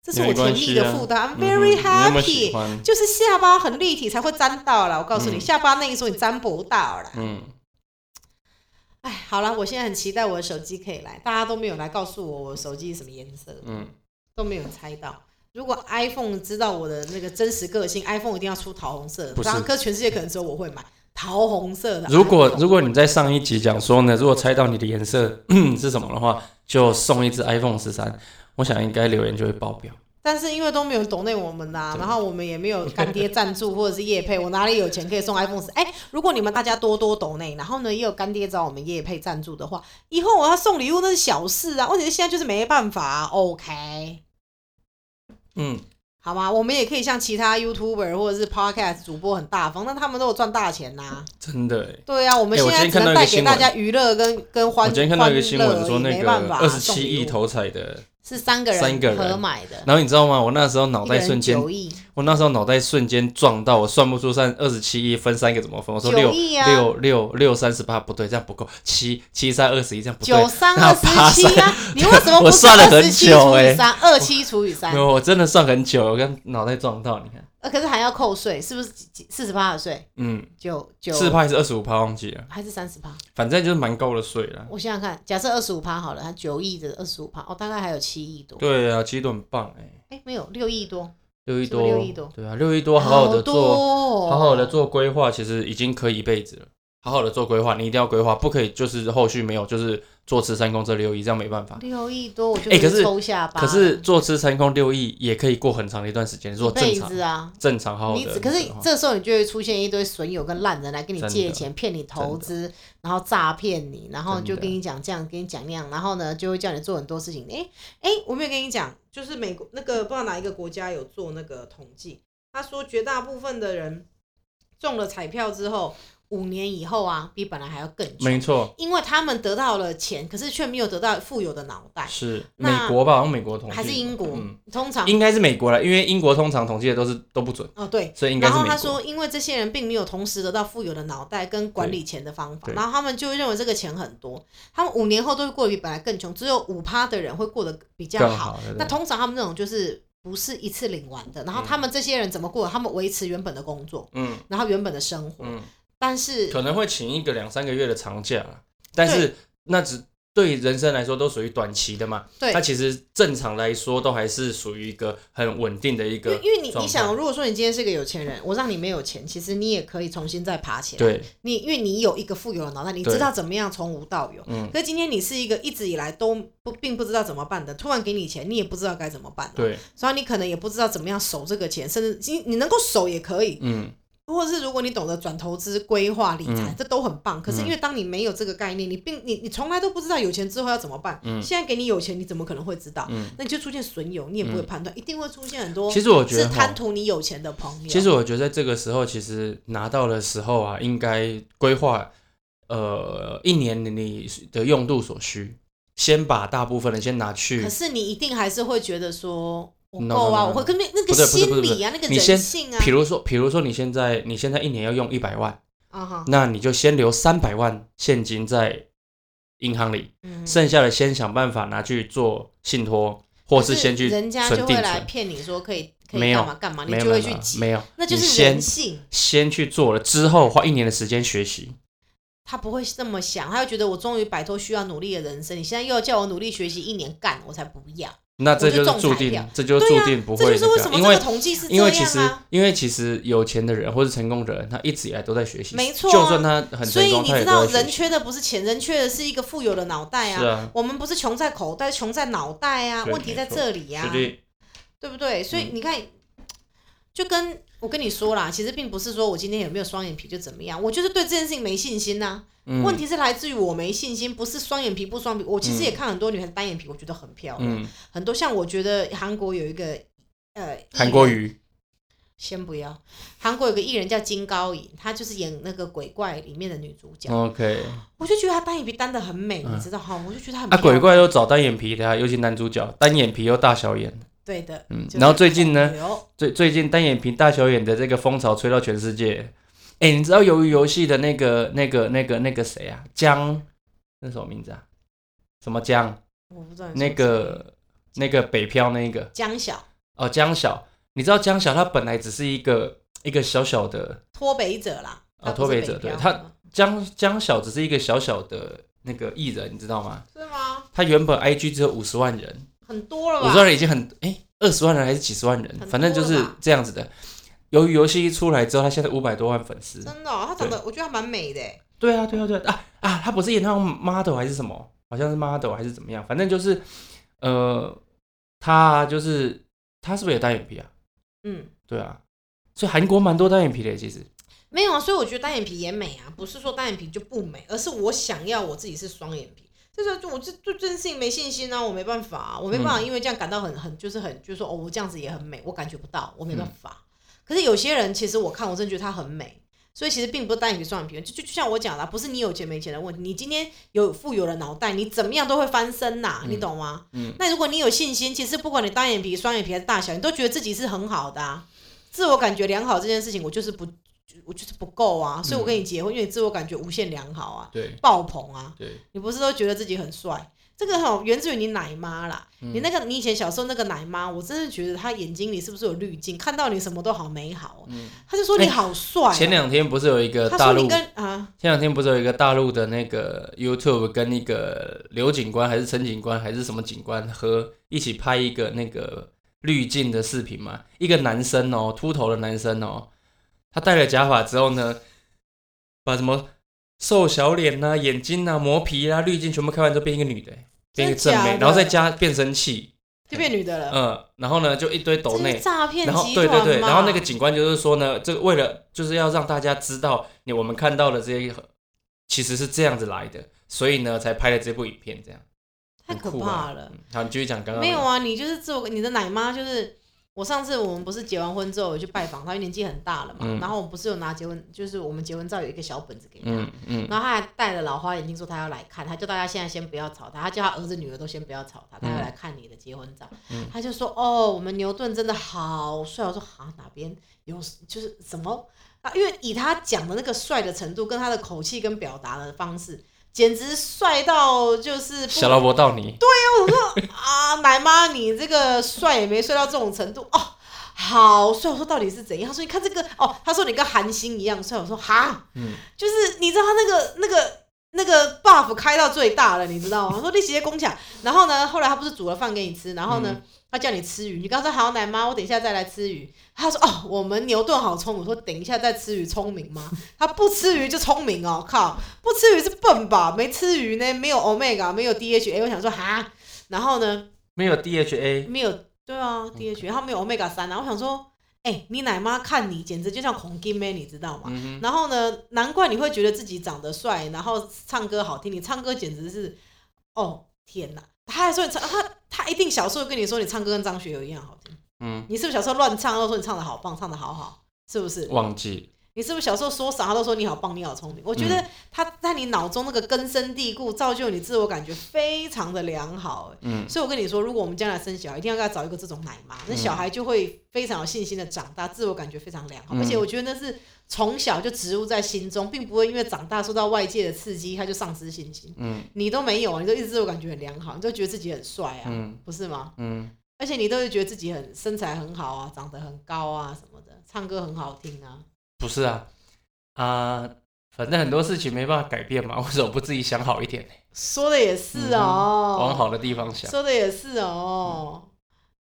S2: 这是我
S1: 没关
S2: 甜蜜
S1: 系
S2: 的
S1: 啊
S2: 负担、
S1: 嗯
S2: i m very
S1: 哼你有没有喜
S2: happy，、
S1: 欢？
S2: 就是下巴很立体才会沾到啦。我告诉你，下巴那一说你沾不到啦。
S1: 嗯，
S2: 哎，好了，我现在很期待我的手机可以来，大家都没有来告诉我我手机是什么颜色，
S1: 嗯，
S2: 都没有猜到。如果 iPhone 知道我的那个真实个性，iPhone 一定要出桃红色的。
S1: 不是
S2: 当然，可全世界可能只有我会买桃红色的 iPhone。
S1: 如果如果你在上一集讲说呢，如果猜到你的颜色是什么的话，就送一只 iPhone 十三，我想应该留言就会爆表。
S2: 但是因为都没有懂内我们啦、然后我们也没有干爹赞助或者是业配，我哪里有钱 可以送 iPhone 十？哎、如果你们大家多多懂内，然后呢也有干爹找我们业配赞助的话，以后我要送礼物那是小事啊，问题是现在就是没办法、啊、，OK。
S1: 嗯，
S2: 好吗？我们也可以像其他 YouTuber 或者是 Podcast 主播很大方，那他们都有赚大钱呐、
S1: 真的欸。
S2: 对啊，我们
S1: 哎
S2: 现
S1: 我
S2: 在
S1: 今天
S2: 只
S1: 看到一个
S2: 能带给
S1: 新
S2: 大
S1: 闻
S2: 家娱乐跟跟
S1: 我
S2: 欢。
S1: 今天看到一个新
S2: 欢
S1: 闻
S2: 乐
S1: 说，那
S2: 没
S1: 个
S2: 办法啊
S1: 二十
S2: 送
S1: 七
S2: 礼
S1: 亿
S2: 物
S1: 头彩的，
S2: 是三个人
S1: 三个人
S2: 合买的，
S1: 然后你知道吗？我那时候脑
S2: 一
S1: 袋
S2: 个人
S1: 瞬间，
S2: 九亿，
S1: 我那时候脑袋瞬间撞到，我算不出算二十七亿分三个怎么分。我说
S2: 九
S1: 六
S2: 亿啊
S1: 六六六三十八不对，这样不够，七七三二十一这样不对
S2: 九。三
S1: 那
S2: 二十七啊！你为什么不
S1: 我
S2: 是
S1: 算了
S2: 二
S1: 很
S2: 十七
S1: 久
S2: 除以
S1: 欸
S2: 三？二七除以三
S1: 没，有，我真的算很久，我刚脑袋撞到，你看，
S2: 呃，可是还要扣税，是不是四十八的税？
S1: 嗯，
S2: 九九
S1: 四趴还是二十五趴忘记了，
S2: 还是三十趴？
S1: 反正就是蛮高的税了。
S2: 我想想看，假设二十五趴好了，它九亿的二十五趴，哦，大概还有七亿多，
S1: 对啊，其实都很棒哎、
S2: 哎，没有六亿多，
S1: 六亿
S2: 是不是
S1: 多，
S2: 六亿多
S1: 对啊，六亿多，好好的
S2: 多
S1: 做，
S2: 哦，
S1: 好好的做规划，其实已经可以一辈子了。好好的做规划，你一定要规划，不可以就是后续没有，就是坐吃山空这六亿，这样没办法。
S2: 六亿多，我就
S1: 哎可是
S2: 抽下巴，
S1: 可是坐吃山空六亿也可以过很长的一段时间，如
S2: 一
S1: 果正
S2: 辈
S1: 常
S2: 子啊，
S1: 正常好好
S2: 你
S1: 的
S2: 只，可是这时候你就会出现一堆损友跟烂人来跟你
S1: 真的
S2: 借钱、骗你投资，然后诈骗你，然后
S1: 真的
S2: 就跟你讲这样，跟你讲那样，然后呢就会叫你做很多事情。诶诶，我没有跟你讲，就是美国那个不知道哪一个国家有做那个统计，他说绝大部分的人中了彩票之后，五年以后啊，比本来还要更穷，
S1: 没错，
S2: 因为他们得到了钱，可是却没有得到富有的脑袋，
S1: 是美
S2: 哎那
S1: 国吧？好像美国统计
S2: 还是英国，
S1: 嗯，
S2: 通常
S1: 应该是美国了，因为英国通常统计的都是都不准，
S2: 哦对。
S1: 所以应该
S2: 然
S1: 是美
S2: 后
S1: 国。
S2: 他说，因为这些人并没有同时得到富有的脑袋跟管理钱的方法，
S1: 对对
S2: 然后他们就会认为这个钱很多，他们五年后都会过得比本来更穷，只有五趴的人会过得比较
S1: 更
S2: 好。
S1: 好，对不嗯
S2: 那
S1: 对
S2: 通常他们那种就是不是一次领完的，然后他们这些人怎么过？他们维持原本的工作，
S1: 嗯
S2: 然后原本的生活，
S1: 嗯，
S2: 但是
S1: 可能会请一个两三个月的长假啦，但是那只对人生来说都属于短期的嘛。
S2: 对
S1: 它其实正常来说都还是属于一个很稳定的一
S2: 因为
S1: 个
S2: 因为你
S1: 状
S2: 你
S1: 态
S2: 想，如果说你今天是个有钱人，我让你没有钱，其实你也可以重新再爬起来。
S1: 对，
S2: 你因为你有一个富有的脑袋，你
S1: 对
S2: 知道怎么样从无到有。
S1: 嗯
S2: 可是今天你是一个一直以来都不并不知道怎么办的，突然给你钱，你也不知道该怎么办，，
S1: 对，
S2: 所以你可能也不知道怎么样守这个钱，甚至你你能够守也可以，
S1: 嗯
S2: 或者是如果你懂得转投资、规划、理财，
S1: 嗯
S2: 这都很棒。可是因为当你没有这个概念，你并你你从来都不知道有钱之后要怎么办，
S1: 嗯
S2: 现在给你有钱，你怎么可能会知道？
S1: 嗯。
S2: 那你就出现损友，你也不会判断，一定会出现很多
S1: 其实我觉
S2: 是
S1: 得齁
S2: 贪图你有钱的朋友。
S1: 其实我觉得在这个时候，其实拿到的时候啊，应该规划呃一年你的用度所需，先把大部分的先拿去
S2: 可。是你一定还是会觉得说，我
S1: No,
S2: 够啊
S1: no, no,
S2: 我会跟那那个
S1: 不是不是
S2: 心
S1: 不是
S2: 理啊，那个
S1: 你
S2: 人
S1: 先
S2: 性啊
S1: 比，如说，比如说你现在你现在一年要用一百万，
S2: 啊哈，
S1: 那你就先留三百万现金在银行里，
S2: 嗯，
S1: 剩下的先想办法拿去做信托，或
S2: 可
S1: 是先去
S2: 人家
S1: 存
S2: 就
S1: 定
S2: 会来
S1: 存。
S2: 骗你说可以可
S1: 没
S2: 以
S1: 有
S2: 干嘛干嘛，你
S1: 没有
S2: 就
S1: 没有
S2: 会去
S1: 没有
S2: 挤，
S1: 没有，
S2: 那就
S1: 你
S2: 是
S1: 先
S2: 人性。
S1: 先去做了，之后花一年的时间学习。
S2: 他不会这么想，他会觉得我终于摆脱需要努力的人生。你现在又要叫我努力学习一年干，我才不要。
S1: 那这
S2: 我就
S1: 就
S2: 中
S1: 是注
S2: 彩票
S1: 定，这就
S2: 对
S1: 注
S2: 啊
S1: 定不
S2: 这
S1: 会
S2: 就是为什
S1: 那个，
S2: 么这
S1: 因为
S2: 个统计是这
S1: 因为其实
S2: 样啊。
S1: 因为其实有钱的人或是成功的人，他一直以来都在学习，
S2: 没错啊
S1: 就算他很
S2: 所
S1: 成
S2: 以
S1: 功，
S2: 你
S1: 他
S2: 知
S1: 也都
S2: 道，
S1: 在
S2: 人
S1: 学习。
S2: 缺的不是钱，人缺的是一个富有的脑袋
S1: 是
S2: 啊。
S1: 啊，
S2: 我们不是穷在口袋，穷在脑袋啊，
S1: 对
S2: 问题在
S1: 没错
S2: 这里呀、
S1: 学
S2: 啊。
S1: 弟，
S2: 对不对？所以
S1: 嗯
S2: 你看，就跟我跟你说啦，其实并不是说我今天有没有双眼皮就怎么样，我就是对这件事情没信心呐、
S1: 嗯
S2: 问题是来自于我没信心，不是双眼皮不双眼皮。我其实
S1: 嗯
S2: 也看很多女孩子单眼皮，我觉得很漂亮，
S1: 嗯，
S2: 很多像我觉得韩国有一个呃
S1: 韩国
S2: 艺人
S1: 语，
S2: 先不要，韩国有个艺人叫金高银，她就是演那个鬼怪里面的女主角，
S1: OK，
S2: 我就觉得她单眼皮单的很美，
S1: 哦嗯
S2: 你知道哈，我就觉得她很
S1: 啊，
S2: 漂
S1: 鬼
S2: 亮
S1: 怪都找单眼皮的啊，尤其男主角单眼皮又大小眼，
S2: 对的，
S1: 嗯
S2: 就是哎
S1: 然后最近呢
S2: 孔刘
S1: 最最近单眼皮大小眼的这个风潮吹到全世界。哎，你知道鱿鱼游戏的那个、那个、那个、那个谁啊？江，那什么名字啊？什么江？
S2: 我不知道你说
S1: 那个、那个北漂那个
S2: 江小
S1: 哦，江晓。你知道江晓他本来只是一个一个小小的
S2: 脱北者啦，
S1: 啊
S2: 她不是
S1: 脱北者对
S2: 漂
S1: 她
S2: 吗
S1: 江江晓，只是一个小小的那个艺人，你知道吗？
S2: 是吗？
S1: 他原本 IG 只有五十万人，
S2: 很多了
S1: 五十万
S2: 吧？
S1: 人已经很哎二十万人还是几十万人
S2: 很，
S1: 反正就
S2: 多
S1: 是
S2: 了吧
S1: 这样子的。由于游戏一出来之后，他现在五百多万粉丝。
S2: 真的哦、他长得我觉得还蛮美的欸，
S1: 对啊，对啊，对啊啊啊！他不是演那种 model 还是什么，好像是 model 还是怎么样，反正就是呃，他就是他是不是有单眼皮啊？
S2: 嗯，
S1: 对啊，所以韩国蛮多单眼皮的，其实。
S2: 没有啊，所以我觉得单眼皮也美啊，不是说单眼皮就不美，而是我想要我自己是双眼皮。这时候就我这对这件事情没信心啊，我没办法啊、我没办
S1: 嗯
S2: 法，因为这样感到很很就是很就是说哦，我这样子也很美，我感觉不到，我没
S1: 嗯
S2: 办法。可是有些人其实我看我真的觉得她很美，所以其实并不是单眼皮双眼皮，就就就像我讲的啊、不是你有钱没钱的问题，你今天有富有的脑袋，你怎么样都会翻身呐、你懂吗？
S1: 嗯
S2: 那如果你有信心，其实不管你单眼皮、双眼皮还是大小，你都觉得自己是很好的、啊，自我感觉良好这件事情，我就是不，我就是不够
S1: 嗯
S2: 啊，所以我跟你结婚，因为你自我感觉无限良好啊，
S1: 对
S2: 爆棚啊，
S1: 对，
S2: 你不是都觉得自己很帅？这个哈、源自于你奶妈啦，
S1: 嗯
S2: 你那个你以前小时候那个奶妈，我真的觉得她眼睛里是不是有滤镜，看到你什么都好美好、哦，
S1: 嗯
S2: 她就说你好帅啊、
S1: 前两天不是有一个
S2: 她
S1: 大
S2: 说
S1: 陆
S2: 你，跟啊，
S1: 前两天不是有一个大陆的那个 YouTube 跟那个刘警官还是陈警官还是什么警官和一起拍一个那个滤镜的视频嘛？一个男生哦，秃头的男生哦，他戴了假发之后呢，把什么瘦小脸呐、眼睛呐、磨皮啊、滤镜全部开完之后，变一个女的、变一个正
S2: 真的假
S1: 妹，
S2: 的
S1: 然后再加变声器，
S2: 就变女的了，
S1: 嗯，然后呢就一堆抖
S2: 这
S1: 内
S2: 是，诈骗
S1: 然后
S2: 集团
S1: 对对对，
S2: 嘛
S1: 然后那个警官就是说呢，这个为了就是要让大家知道你我们看到的这些其实是这样子来的，所以呢才拍了这部影片，这样
S2: 太
S1: 很
S2: 可
S1: 酷
S2: 怕
S1: 啊
S2: 了。
S1: 嗯好，你继续讲刚刚
S2: 没有
S1: 那个
S2: 啊，你就是自我，你的奶妈就是我上次我们不是结完婚之后我去拜访她，因为年纪很大了嘛，
S1: 嗯
S2: 然后我们不是有拿结婚，就是我们结婚照有一个小本子给她，
S1: 嗯嗯
S2: 然后她还戴了老花眼镜说她要来看，她叫大家现在先不要吵她，她叫她儿子女儿都先不要吵她，她要来看你的结婚照，
S1: 嗯
S2: 她就说哦，我们牛顿真的好帅，我说啊哪边有就是什么啊，因为以他讲的那个帅的程度跟他的口气跟表达的方式。简直帅到就是不
S1: 小老婆到你，
S2: 啊，奶妈，你这个帅也没帅到这种程度哦，好帅！我说到底是怎样？他说你看这个哦，他说你跟韩星一样帅。我说哈，
S1: 嗯
S2: 就是你知道他那个那个那个 buff 开到最大了，你知道吗？我说你直接攻抢，然后呢，后来他不是煮了饭给你吃，然后呢，他叫你吃鱼，你刚说好奶妈，我等一下再来吃鱼。他说哦，我们牛顿好聪明，我说等一下再吃鱼，聪明吗？他不吃鱼就聪明哦，靠，不吃鱼是笨吧？没吃鱼呢，没有 omega，没有 DHA，我想说哈，然后呢？
S1: 没有 DHA，
S2: 没有，对啊，DH
S1: 嗯
S2: 他没有 omega 三啊。我想说，哎、你奶妈看你简直就像孔金妹，你知道吗？
S1: 嗯
S2: 然后呢，难怪你会觉得自己长得帅，然后唱歌好听，你唱歌简直是，哦天哪！他还说你唱他他一定小时候跟你说你唱歌跟张学友一样好听，
S1: 哼
S2: 你是不是小时候乱唱，他都说你唱的好棒，唱的好好，是不是
S1: 嗯，？忘记
S2: 你是不是小时候说啥，他都说你好棒，你好聪明？我觉得
S1: 嗯
S2: 他在你脑中那个根深蒂固，造就你自我感觉非常的良好、哎
S1: 嗯
S2: 所以我跟你说，如果我们将来生小孩，一定要给他找一个这种奶妈，那小孩就会非常有信心的长大，自我感觉非常良好，
S1: 嗯
S2: 而且我觉得那是从小就植入在心中，并不会因为长大受到外界的刺激，他就丧失信心。
S1: 嗯
S2: 你都没有啊，你都一直自我感觉很良好，你都觉得自己很帅啊，
S1: 嗯
S2: 不是吗？
S1: 嗯
S2: 而且你都会觉得自己很身材很好啊，长得很高啊什么的，唱歌很好听啊。
S1: 不是啊啊，反正很多事情没办法改变嘛，为什么不自己想好一点呢？
S2: 说的也是哦，
S1: 往好的地方想，嗯
S2: 说的也是哦，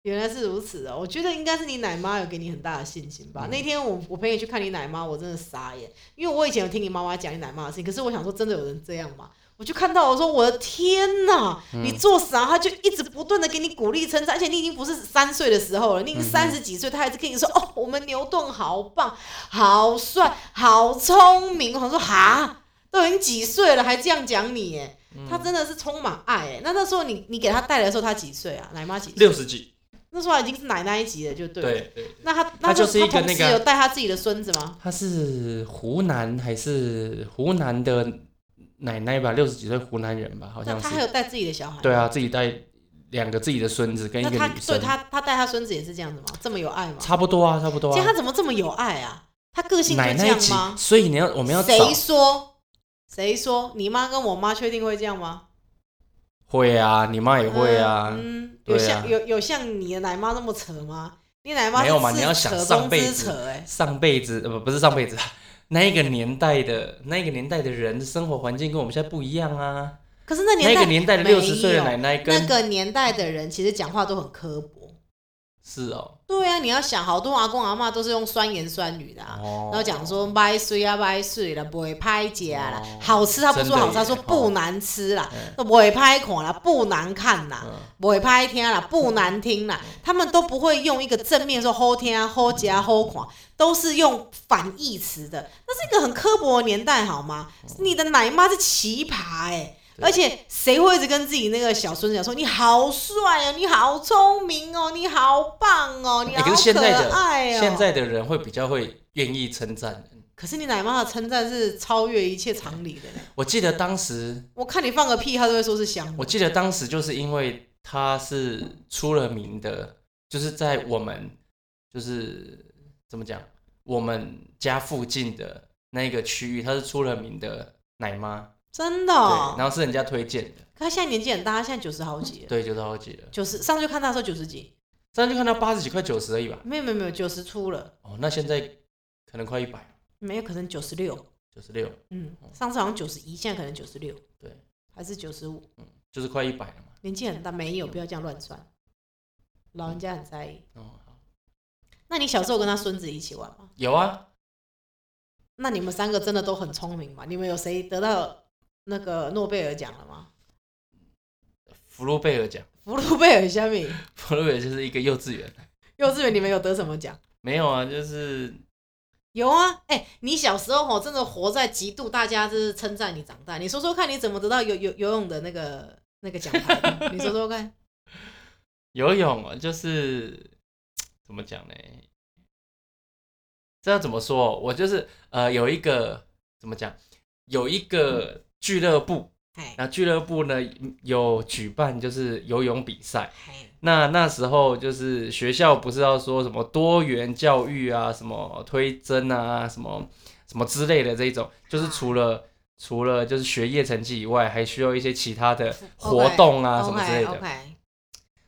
S2: 原来是如此哦。我觉得应该是你奶妈有给你很大的信心吧。
S1: 嗯
S2: 那天我我陪你去看你奶妈，我真的傻眼，因为我以前有听你妈妈讲你奶妈的事情，可是我想说，真的有人这样吗？我就看到我说我的天哪，
S1: 嗯
S2: 你做啥？他就一直不断的给你鼓励称赞，而且你已经不是三岁的时候了，你已经
S1: 嗯哼
S2: 三十几岁，他还是跟你说哦，我们牛顿好棒，好帅，好聪明。我想说哈，都已经几岁了还这样讲你耶，
S1: 嗯
S2: 他真的是充满爱哎。那那时候你你给他带来的时候，他几岁啊？奶妈几岁？
S1: 六十几，
S2: 那时候他已经是奶奶一级了，就对了。
S1: 嗯对对。
S2: 那他
S1: 他
S2: 那
S1: 就是一个
S2: 他同
S1: 那
S2: 时
S1: 个
S2: 有带他自己的孙子吗？
S1: 她是湖南还是湖南的奶奶吧？六十几岁湖南人吧，好
S2: 那
S1: 像
S2: 他还
S1: 是。
S2: 有带自己的小孩？
S1: 对。啊，自己带两个自己的孙子跟一
S2: 那
S1: 个
S2: 他
S1: 女
S2: 对
S1: 生，
S2: 他他带他孙子也是这样子吗？这么有爱吗？
S1: 差不多啊，差不多
S2: 其实他
S1: 啊。
S2: 怎么这么有爱啊？他个性就
S1: 奶
S2: 这
S1: 奶
S2: 样
S1: 级，
S2: 吗？
S1: 所以你要我们要找
S2: 谁说？谁说？你妈跟我妈确定会这样吗？
S1: 会啊，你妈也会啊。
S2: 嗯，有
S1: 对啊
S2: 像、有有像你的奶妈那么扯吗？你奶妈是
S1: 没有嘛
S2: 自
S1: 你要想
S2: 扯
S1: 上
S2: 中
S1: 辈
S2: 之
S1: 子
S2: 扯哎、
S1: 上辈子呃不不是上辈子， 那一个年代的那一个年代的人生活环境跟我们现在不一样啊。
S2: 可是那
S1: 那
S2: 年
S1: 一
S2: 代
S1: 个年代的
S2: 没有啊
S1: 六十岁的奶奶跟
S2: 那个年代的人其实讲话都很刻薄，
S1: 是哦，
S2: 对啊，你要想，好多阿公阿妈都是用酸言酸语的、啊。
S1: 哦，
S2: 然后讲说掰碎啊掰碎了，不会拍解啦
S1: 哦，
S2: 好吃他不
S1: 真
S2: 说
S1: 的
S2: 好吃，他
S1: 耶
S2: 说
S1: 哦
S2: 不难吃啦
S1: 嗯，
S2: 不会拍看啦，不难看啦
S1: 嗯，
S2: 不会拍听啦，不难听啦，他们都不会用一个正面说好听啊、好吃啊、好看，都是用反义词的，那是一个很刻薄的年代好吗？你的奶妈是奇葩哎、
S1: 嗯对
S2: 而且谁会一直跟自己那个小孙子讲说你好帅哦，你好聪明哦，你好棒哦，你
S1: 欸
S2: 好
S1: 可是现
S2: 可
S1: 在的
S2: 爱哦？
S1: 现在的人会比较会愿意称赞人。
S2: 可是你奶妈的称赞是超越一切常理的嘞。
S1: 我记得当时，
S2: 我看你放个屁，她都会说是香
S1: 我
S2: 的。
S1: 记得当时就是因为他是出了名的，就是在我们就是怎么讲，我们家附近的那个区域，他是出了名的奶妈，
S2: 真的、
S1: 对，
S2: 哦。
S1: 然后是人家推荐的，
S2: 可她现在年纪很大，她现在九十好几了，
S1: 对，就到记了。
S2: 九十上次就看她的时候九十几，
S1: 上次就看到八十几块九十而已吧，
S2: 没有没有没有九十出了，
S1: 哦，那现在可能快一百，
S2: 没有可能九十六，
S1: 九十六，
S2: 嗯，上次好像九十一，现在可能九十六，
S1: 哦对，
S2: 还是九十五，
S1: 就是快一百了嘛。
S2: 年纪很大，没有不要这样乱算，老人家很在意。
S1: 哦，好
S2: 那你小时候跟他孙子一起玩吗？
S1: 有啊，
S2: 那你们三个真的都很聪明吗？你们有谁得到那个诺贝尔奖了吗？
S1: 福禄贝尔奖，
S2: 福禄贝尔下面
S1: 福禄贝尔就是一个幼稚园，
S2: 幼稚园你们有得什么奖？
S1: 没有啊，就是
S2: 有啊，哎、你小时候吼真的活在极度大家就是称赞你长大，你说说看你怎么得到游游游泳的那个那个奖牌的？你说说看，
S1: 游泳啊，就是怎么讲呢？这要怎么说？我就是呃，有一个怎么讲，有一个俱乐部，
S2: 哎
S1: 那俱乐部呢有举办就是游泳比赛。
S2: 哎
S1: 那那时候就是学校不是要说什么多元教育啊，什么推甄啊，什么什么之类的这一种，就是除了除了就是学业成绩以外，还需要一些其他的活动啊什么之类
S2: o
S1: 的。
S2: k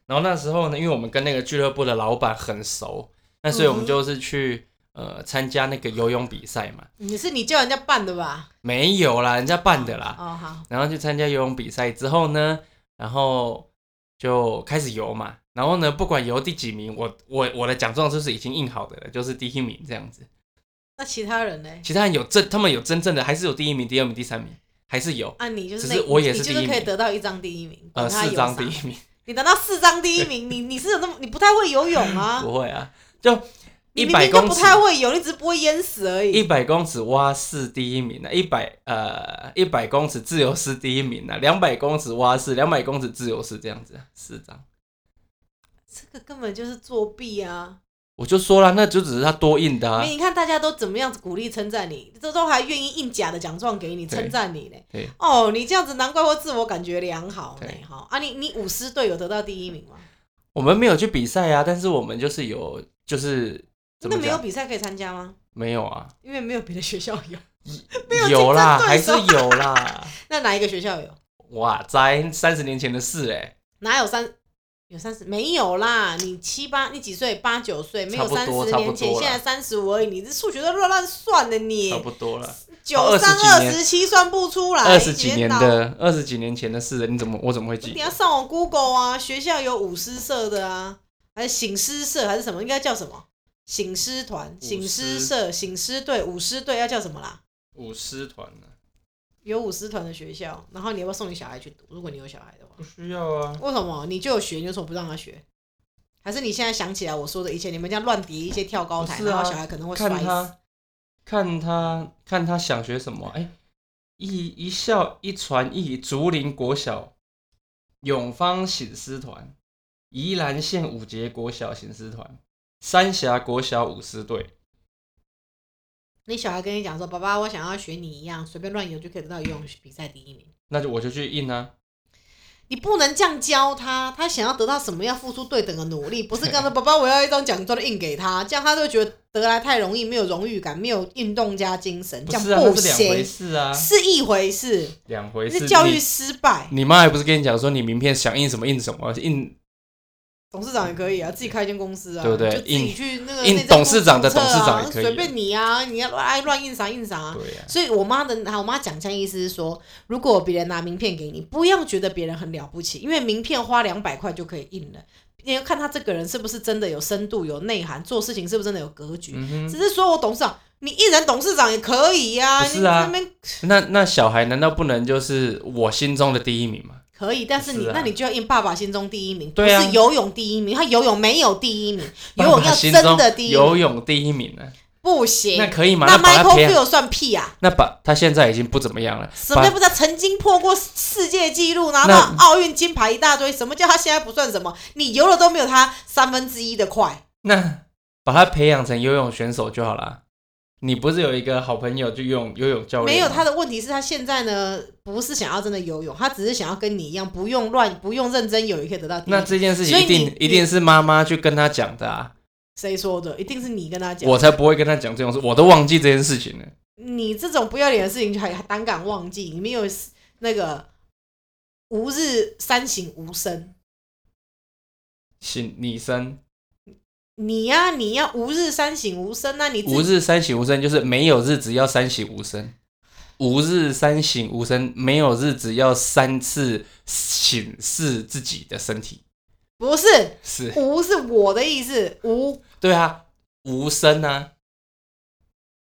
S1: 然后那时候呢，因为我们跟那个俱乐部的老板很熟，那所以我们
S2: 嗯哼
S1: 就是去呃参加那个游泳比赛嘛，
S2: 你是你叫人家办的吧？
S1: 没有啦，人家办的啦。
S2: 哦好，
S1: 然后去参加游泳比赛之后呢，然后就开始游嘛。然后呢，不管游第几名，我我我的奖状就是已经印好的了，就是第一名这样子。
S2: 那其他人呢？
S1: 其他人有真，他们有真正的，还是有第一名、第二名、第三名，还是有。
S2: 啊，你就是
S1: 只
S2: 那，
S1: 是我也是
S2: 你就
S1: 第
S2: 是
S1: 一
S2: 可以
S1: 名
S2: 得到一张第一名，
S1: 呃，
S2: 管哦他
S1: 四
S2: 有
S1: 张
S2: 啥
S1: 第一名，
S2: 你拿到四张第一名，你你是有那么你不太会游泳 啊？
S1: 不会啊，就
S2: 你
S1: 一
S2: 明
S1: 百
S2: 明就
S1: 公
S2: 不
S1: 尺，
S2: 太会游，你只是不会淹死而
S1: 一
S2: 已。
S1: 百公尺蛙式第一名啊，一百呃一百公尺自由式第一名啊，两百公尺蛙式，两百公尺自由式这样子啊，四张。
S2: 这个根本就是作弊啊！
S1: 我就说了，那就只是他多印的啊。
S2: 你看大家都怎么样子鼓励称赞你，这都还愿意印假的奖状给你
S1: 对
S2: 称赞你嘞
S1: 对。
S2: 哦，你这样子难怪会自我感觉良好呢
S1: 对。
S2: 哈啊，你你舞狮队有得到第一名吗？
S1: 我们没有去比赛啊，但是我们就是有，就是怎
S2: 那
S1: 么
S2: 没有
S1: 讲？
S2: 比赛可以参加吗？
S1: 没有啊，
S2: 因为没有别的学校有。 有
S1: 有啦，还
S2: 竞
S1: 是
S2: 争对手
S1: 有啦。
S2: 那哪一个学校有？
S1: 哇，在三十年前的事哎、
S2: 哪有三有三十？没有啦！你七八，你几岁？八九岁，没有
S1: 差不
S2: 三
S1: 多
S2: 十
S1: 差不
S2: 年前，
S1: 多
S2: 现
S1: 啦
S2: 在三十五而已。你这数学都乱乱算的你，
S1: 差不多了，
S2: 九三
S1: 20几
S2: 二
S1: 年
S2: 十七算不出来，
S1: 二十几年
S2: 你别闹。
S1: 的，二十几年前的事了，你怎么我怎么会
S2: 你
S1: 记
S2: 等一下上网 Google 啊，学校有舞狮社的啊，还是醒狮社还是什么？应该叫什么？醒狮团、
S1: 狮
S2: 醒狮社、醒狮队、舞狮队要叫什么啦？
S1: 舞狮团呢？
S2: 啊有舞狮团的学校，然后你要不要送你小孩去读？如果你有小孩的话，
S1: 需要啊，
S2: 为什么你就有学，你为什么不让他学？还是你现在想起来我说的一切，你们这样乱叠一些跳高台，
S1: 不是啊
S2: 然后小孩可能会摔
S1: 看
S2: 死。
S1: 他，看他，看他想学什么？哎、一一校一传艺，竹林国小，永芳醒狮团，宜兰县五节国小醒狮团，三峡国小舞狮队。
S2: 你小孩跟你讲说：“爸爸，我想要学你一样，随便乱游就可以得到游泳比赛第一名。”
S1: 那就我就去印啊。
S2: 你不能这样教他，他想要得到什么，要付出对等的努力，不是刚才爸爸我要一张奖状印给他，这样他就觉得得来太容易，没有荣誉感，没有运动家精神，
S1: 不
S2: 这样
S1: 是啊，那是两回
S2: 行，
S1: 事啊，
S2: 是一回事，
S1: 两回事。
S2: 是教育
S1: 你
S2: 失败。
S1: 你妈还不是跟你讲说，你名片想印什么印什么，印
S2: 董事长也可以啊，自己开一间公司啊，
S1: 对不对
S2: 就自己去那个
S1: 印
S2: 内政部
S1: 董事长的
S2: 注册啊
S1: 董事长也可以
S2: 随便你啊，你要爱乱印啥印啥啊、
S1: 对呀、
S2: 所以我妈的，好我妈讲这样意思是说，如果别人拿名片给你，不要觉得别人很了不起，因为名片花两百块就可以印了。你要看他这个人是不是真的有深度、有内涵，做事情是不是真的有格局。
S1: 嗯
S2: 只是说我董事长，你一人董事长也可以呀、
S1: 不
S2: 你
S1: 是啊
S2: 那边
S1: 那那小孩难道不能就是我心中的第一名吗？
S2: 可以，但是你、
S1: 是啊
S2: 那你就要印爸爸心中第一名，
S1: 对啊
S2: 不是游泳第一名，他游泳没有第一名，
S1: 爸
S2: 游泳
S1: 爸
S2: 要
S1: 心
S2: 真
S1: 中
S2: 的第一名，
S1: 游泳第一名啊呢、
S2: 不
S1: 那
S2: 行。
S1: 可以吗？
S2: 那
S1: 把他
S2: Michael
S1: 培养，
S2: Field 算屁啊！
S1: 那把他现在已经不怎么样了，
S2: 什么
S1: 把
S2: 叫不知道？曾经破过世界纪录，拿
S1: 那
S2: 到奥运金牌一大堆，什么叫他现在不算什么？你游的都没有他三分之一的快。
S1: 那把他培养成游泳选手就好啦。你不是有一个好朋友就游泳游泳教练吗？啊
S2: 没有他的问题是他现在呢，不是想要真的游泳，他只是想要跟你一样，不用乱，不用认真游也可以得到第一
S1: 那
S2: 名。
S1: 这件事情
S2: 所以
S1: 一定
S2: 你
S1: 一定是妈妈去跟他讲的啊，
S2: 谁说的？一定是你跟他讲。
S1: 我才不会跟他讲这种事，我都忘记这件事情了。
S2: 你这种不要脸的事情还还胆敢忘记，你没有那个吾日三省吾身。
S1: 醒你生，
S2: 你呀、你要吾日三省吾身那、你自
S1: 吾日三省吾身，就是没有日子要三省吾身。吾日三省吾身，没有日子要三次省视自己的身体。
S2: 不是
S1: 是，
S2: 吾是我的意思，吾
S1: 对啊，无声啊，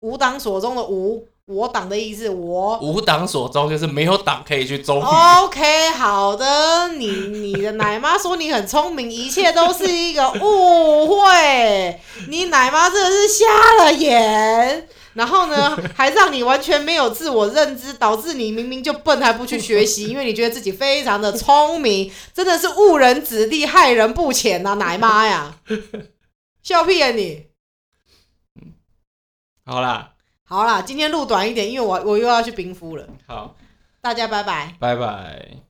S2: 吾党所中的吾，我党的意思我。
S1: 无党所终，就是没有党可以去忠于。
S2: 哦 OK，好的，你你的奶妈说你很聪明，一切都是一个误会，你奶妈真的是瞎了眼。然后呢，还让你完全没有自我认知，导致你明明就笨，还不去学习，因为你觉得自己非常的聪明，真的是误人子弟，害人不浅呐、奶妈呀！笑屁啊你！
S1: 好啦，
S2: 好啦，今天录短一点，因为我我又要去冰敷了，
S1: 好，
S2: 大家拜拜。
S1: 拜拜。